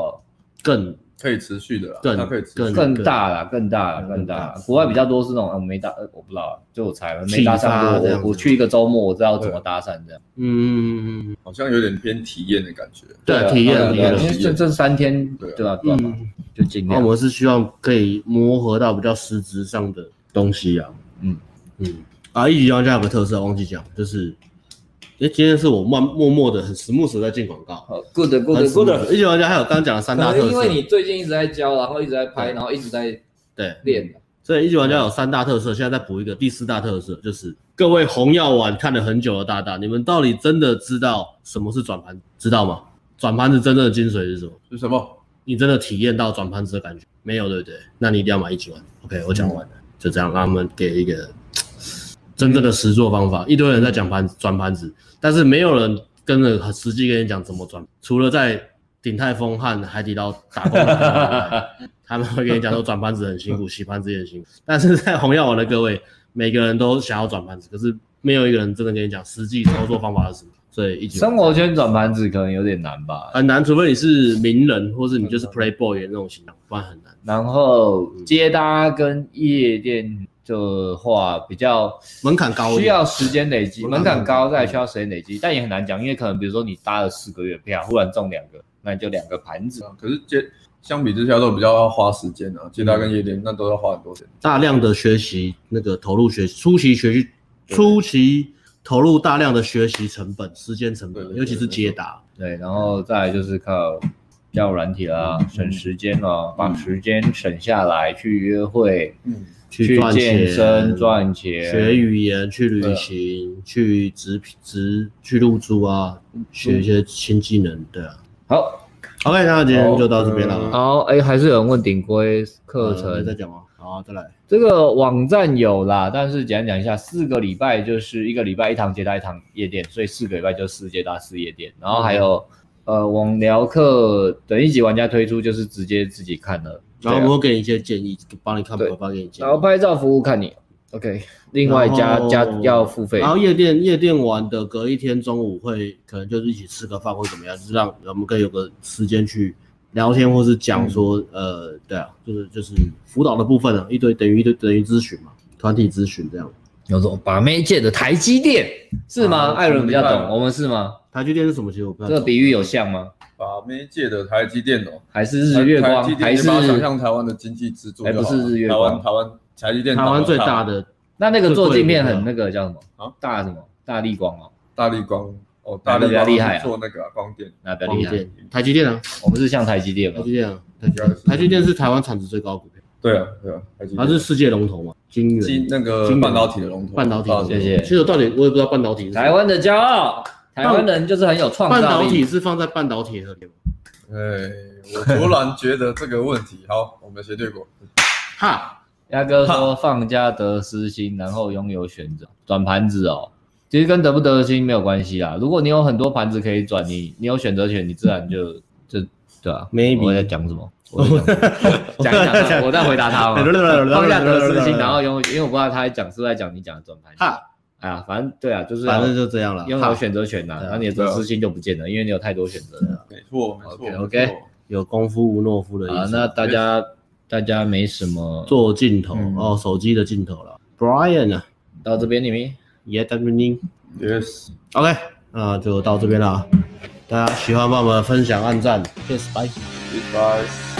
A: 更
C: 可以持续的啦，
A: 更
C: 它可以持续
A: 更
B: 更大啦，更大啦，
A: 嗯
B: 更大啦
A: 更大。
B: 国外比较多是那种，啊我没搭，呃我不知道，就我才没搭
A: 启
B: 讪
A: 发这
B: 过
A: 样，子
B: 我我去一个周末，我知道怎么搭讪这样。
A: 嗯，
C: 好像有点偏体验的感觉，
A: 对啊，体
B: 对啊
A: 验体
B: 对啊
A: 验
C: 了
B: 因。为这这三天
C: 对啊
B: 对吧？对吧？
A: 嗯，
B: 就尽
A: 那
B: 量
A: 我。们是希望可以磨合到比较实质上的东西啊。
B: 嗯
A: 嗯，啊，一级玩家有个特色忘记讲，就是，诶，今天是我默默默的很 smooth 地在进广告。
B: 好，good
A: 很
B: good
A: 实用
B: good。
A: 一级玩家还有刚刚讲的三大特
B: 可
A: 色，
B: 能因为你最近一直在教，然后一直在拍，然后一直在
A: 对，
B: 练，
A: 所以一级玩家有三大特色，现在再补一个第四大特色，就是各位红药丸看了很久的大大，你们到底真的知道什么是转盘，知道吗？转盘子真正的精髓是什么？
C: 是什么？
A: 你真的体验到转盘子的感觉没有？对不对？那你一定要买一级玩。OK，我讲完了，就这样，让他们给一个真正的实做方法。一堆人在讲盘子转盘子，但是没有人跟着实际跟你讲怎么转，除了在鼎泰丰和海底捞打工的人以外。他们会跟你讲说转盘子很辛苦，洗盘子也很辛苦。但是在红药丸的各位，每个人都想要转盘子，可是没有一个人真的跟你讲实际操作方法是什么，所以一起玩
B: 生活圈转盘子可能有点难吧。
A: 很难，除非你是名人，或是你就是 playboy 的那种形象，不然很难。
B: 然后接搭跟夜店的话，比较
A: 门槛高一点
B: 需要时间累积，
A: 门
B: 门
A: 槛
B: 槛高，再需要时间累积，但也很难讲，因为可能比如说你搭了四个月票，忽然中两个，那你就两个盘子。
C: 可是接相比之下都比较要花时间啊，接单跟夜店那都要花很多钱。
A: 大量的学习，那个投入学初期学习，初期投入大量的学习成本、时间成
C: 对
A: 本，
C: 对
A: 尤其是接答。
B: 对，然后再来就是靠交友软体啦，省时间啦，把时间省下来去约会、
C: 嗯，
A: 去赚钱
B: 健身、赚钱、
A: 学语言、去旅
C: 对啊
A: 行、去直直去露珠啊，
C: 嗯
A: 学一些新技能，对啊。
B: 好，
A: OK，那今天就到这边
C: 好嗯
A: 了。
B: 好，哎，还是有人问顶规课
A: 呃
B: 程
A: 再讲吗？好，再来。
B: 这个网站有啦，但是简单讲一下，四个礼拜就是一个礼拜一堂接待一堂夜店，所以四个礼拜就四接待四夜店，然后还有、呃网聊课等一级玩家推出就是直接自己看了，
A: 然后
B: 对
A: 我
B: 啊
A: 会给你一些建议，帮你看
B: 对
A: 谱，帮你建议。
B: 然后拍照服务看你，OK，另外加
A: 然后
B: 加要付费
A: 然，后夜店夜店玩的，隔一天中午会可能就是一起吃个饭或怎么样，就是让我们可以有个时间去聊天，或是讲说、呃，对啊，就是就是辅导的部分啊，一堆等于一堆等于咨询嘛，团体咨询这样。
B: 有种把妹界的台积电是吗？
C: 啊
B: 艾伦比较
C: 明白
B: 懂，
C: 了
B: 我们是吗？
A: 台积电是什么？其实我不
B: 这
A: 知道。
B: 个比喻有像吗？
C: 把妹界的台积电哦，
B: 还是日月光
C: 台积？
B: 还
C: 电
B: 是
C: 你把它想象台湾的经济支柱
B: 哎
C: 就好了，
B: 不是日月
C: 台
B: 光
C: 湾台湾台积电
A: 台湾最大
C: 的
A: 的
B: 那那个
A: 最贵的
B: 做镜面
A: 那个
B: 很那个叫什么？
C: 啊
B: 大什么？大力光哦，
C: 大力光哦，
B: 哪
C: 大
B: 个
C: 力
B: 比较
C: 光
B: 厉害啊
C: 是做那个啊光电，
B: 那比较
A: 光
B: 厉害。
A: 电，台积电啊，
B: 我们是像台积电
A: 台
B: 吗
A: 积？电啊，台
C: 应该是
A: 台积电是台湾产值最高的股票，
C: 对啊对啊，台积
A: 它
C: 电
A: 是世界龙头嘛，晶圆
C: 金那个
A: 晶圆
C: 半导体的龙头，
A: 半导体龙头。
B: 谢谢
A: 其实我到底我也不知道半导体是什么
B: 台湾的骄傲，台湾人就是很有创
A: 半
B: 造
A: 导体
B: 力。
A: 是放在半导体那里吗？
C: 哎，我突然觉得这个问题，好，我们斜对过。
A: 哈，
B: 鸭哥说放假得失心，然后拥有选择转盘子哦。其实跟得不得心没有关系啊啦。如果你有很多盘子可以转，你你有选择权，你自然就就对啊。
A: Maybe
B: 我在讲什么？我在讲什么讲一讲，我在回答他 嘛。放假得失心，然后拥有，因为我不知道他在讲是不是在讲你讲的转盘子。
A: 哈，
B: 哎呀，反正对啊，就是要
A: 反正就这样了。
B: 拥有
A: 哈
B: 选择权呐，
A: 对啊
B: 然后你的得失心就不见了，因为你有太多选择了。
C: 没错，没错
B: OK，OK
C: 没错
A: 有功夫无懦夫的
B: 啊
A: 意，思。
B: 那大家大家没什么，
A: 做镜头、
C: 嗯
A: 哦，手机的镜头了。Brian 啊，
B: 到这边你们
A: 也在录音。
C: ，Yes，
A: OK，那就到这边了啊。大家喜欢帮我们分享、按赞，谢谢，拜。
C: goodbye。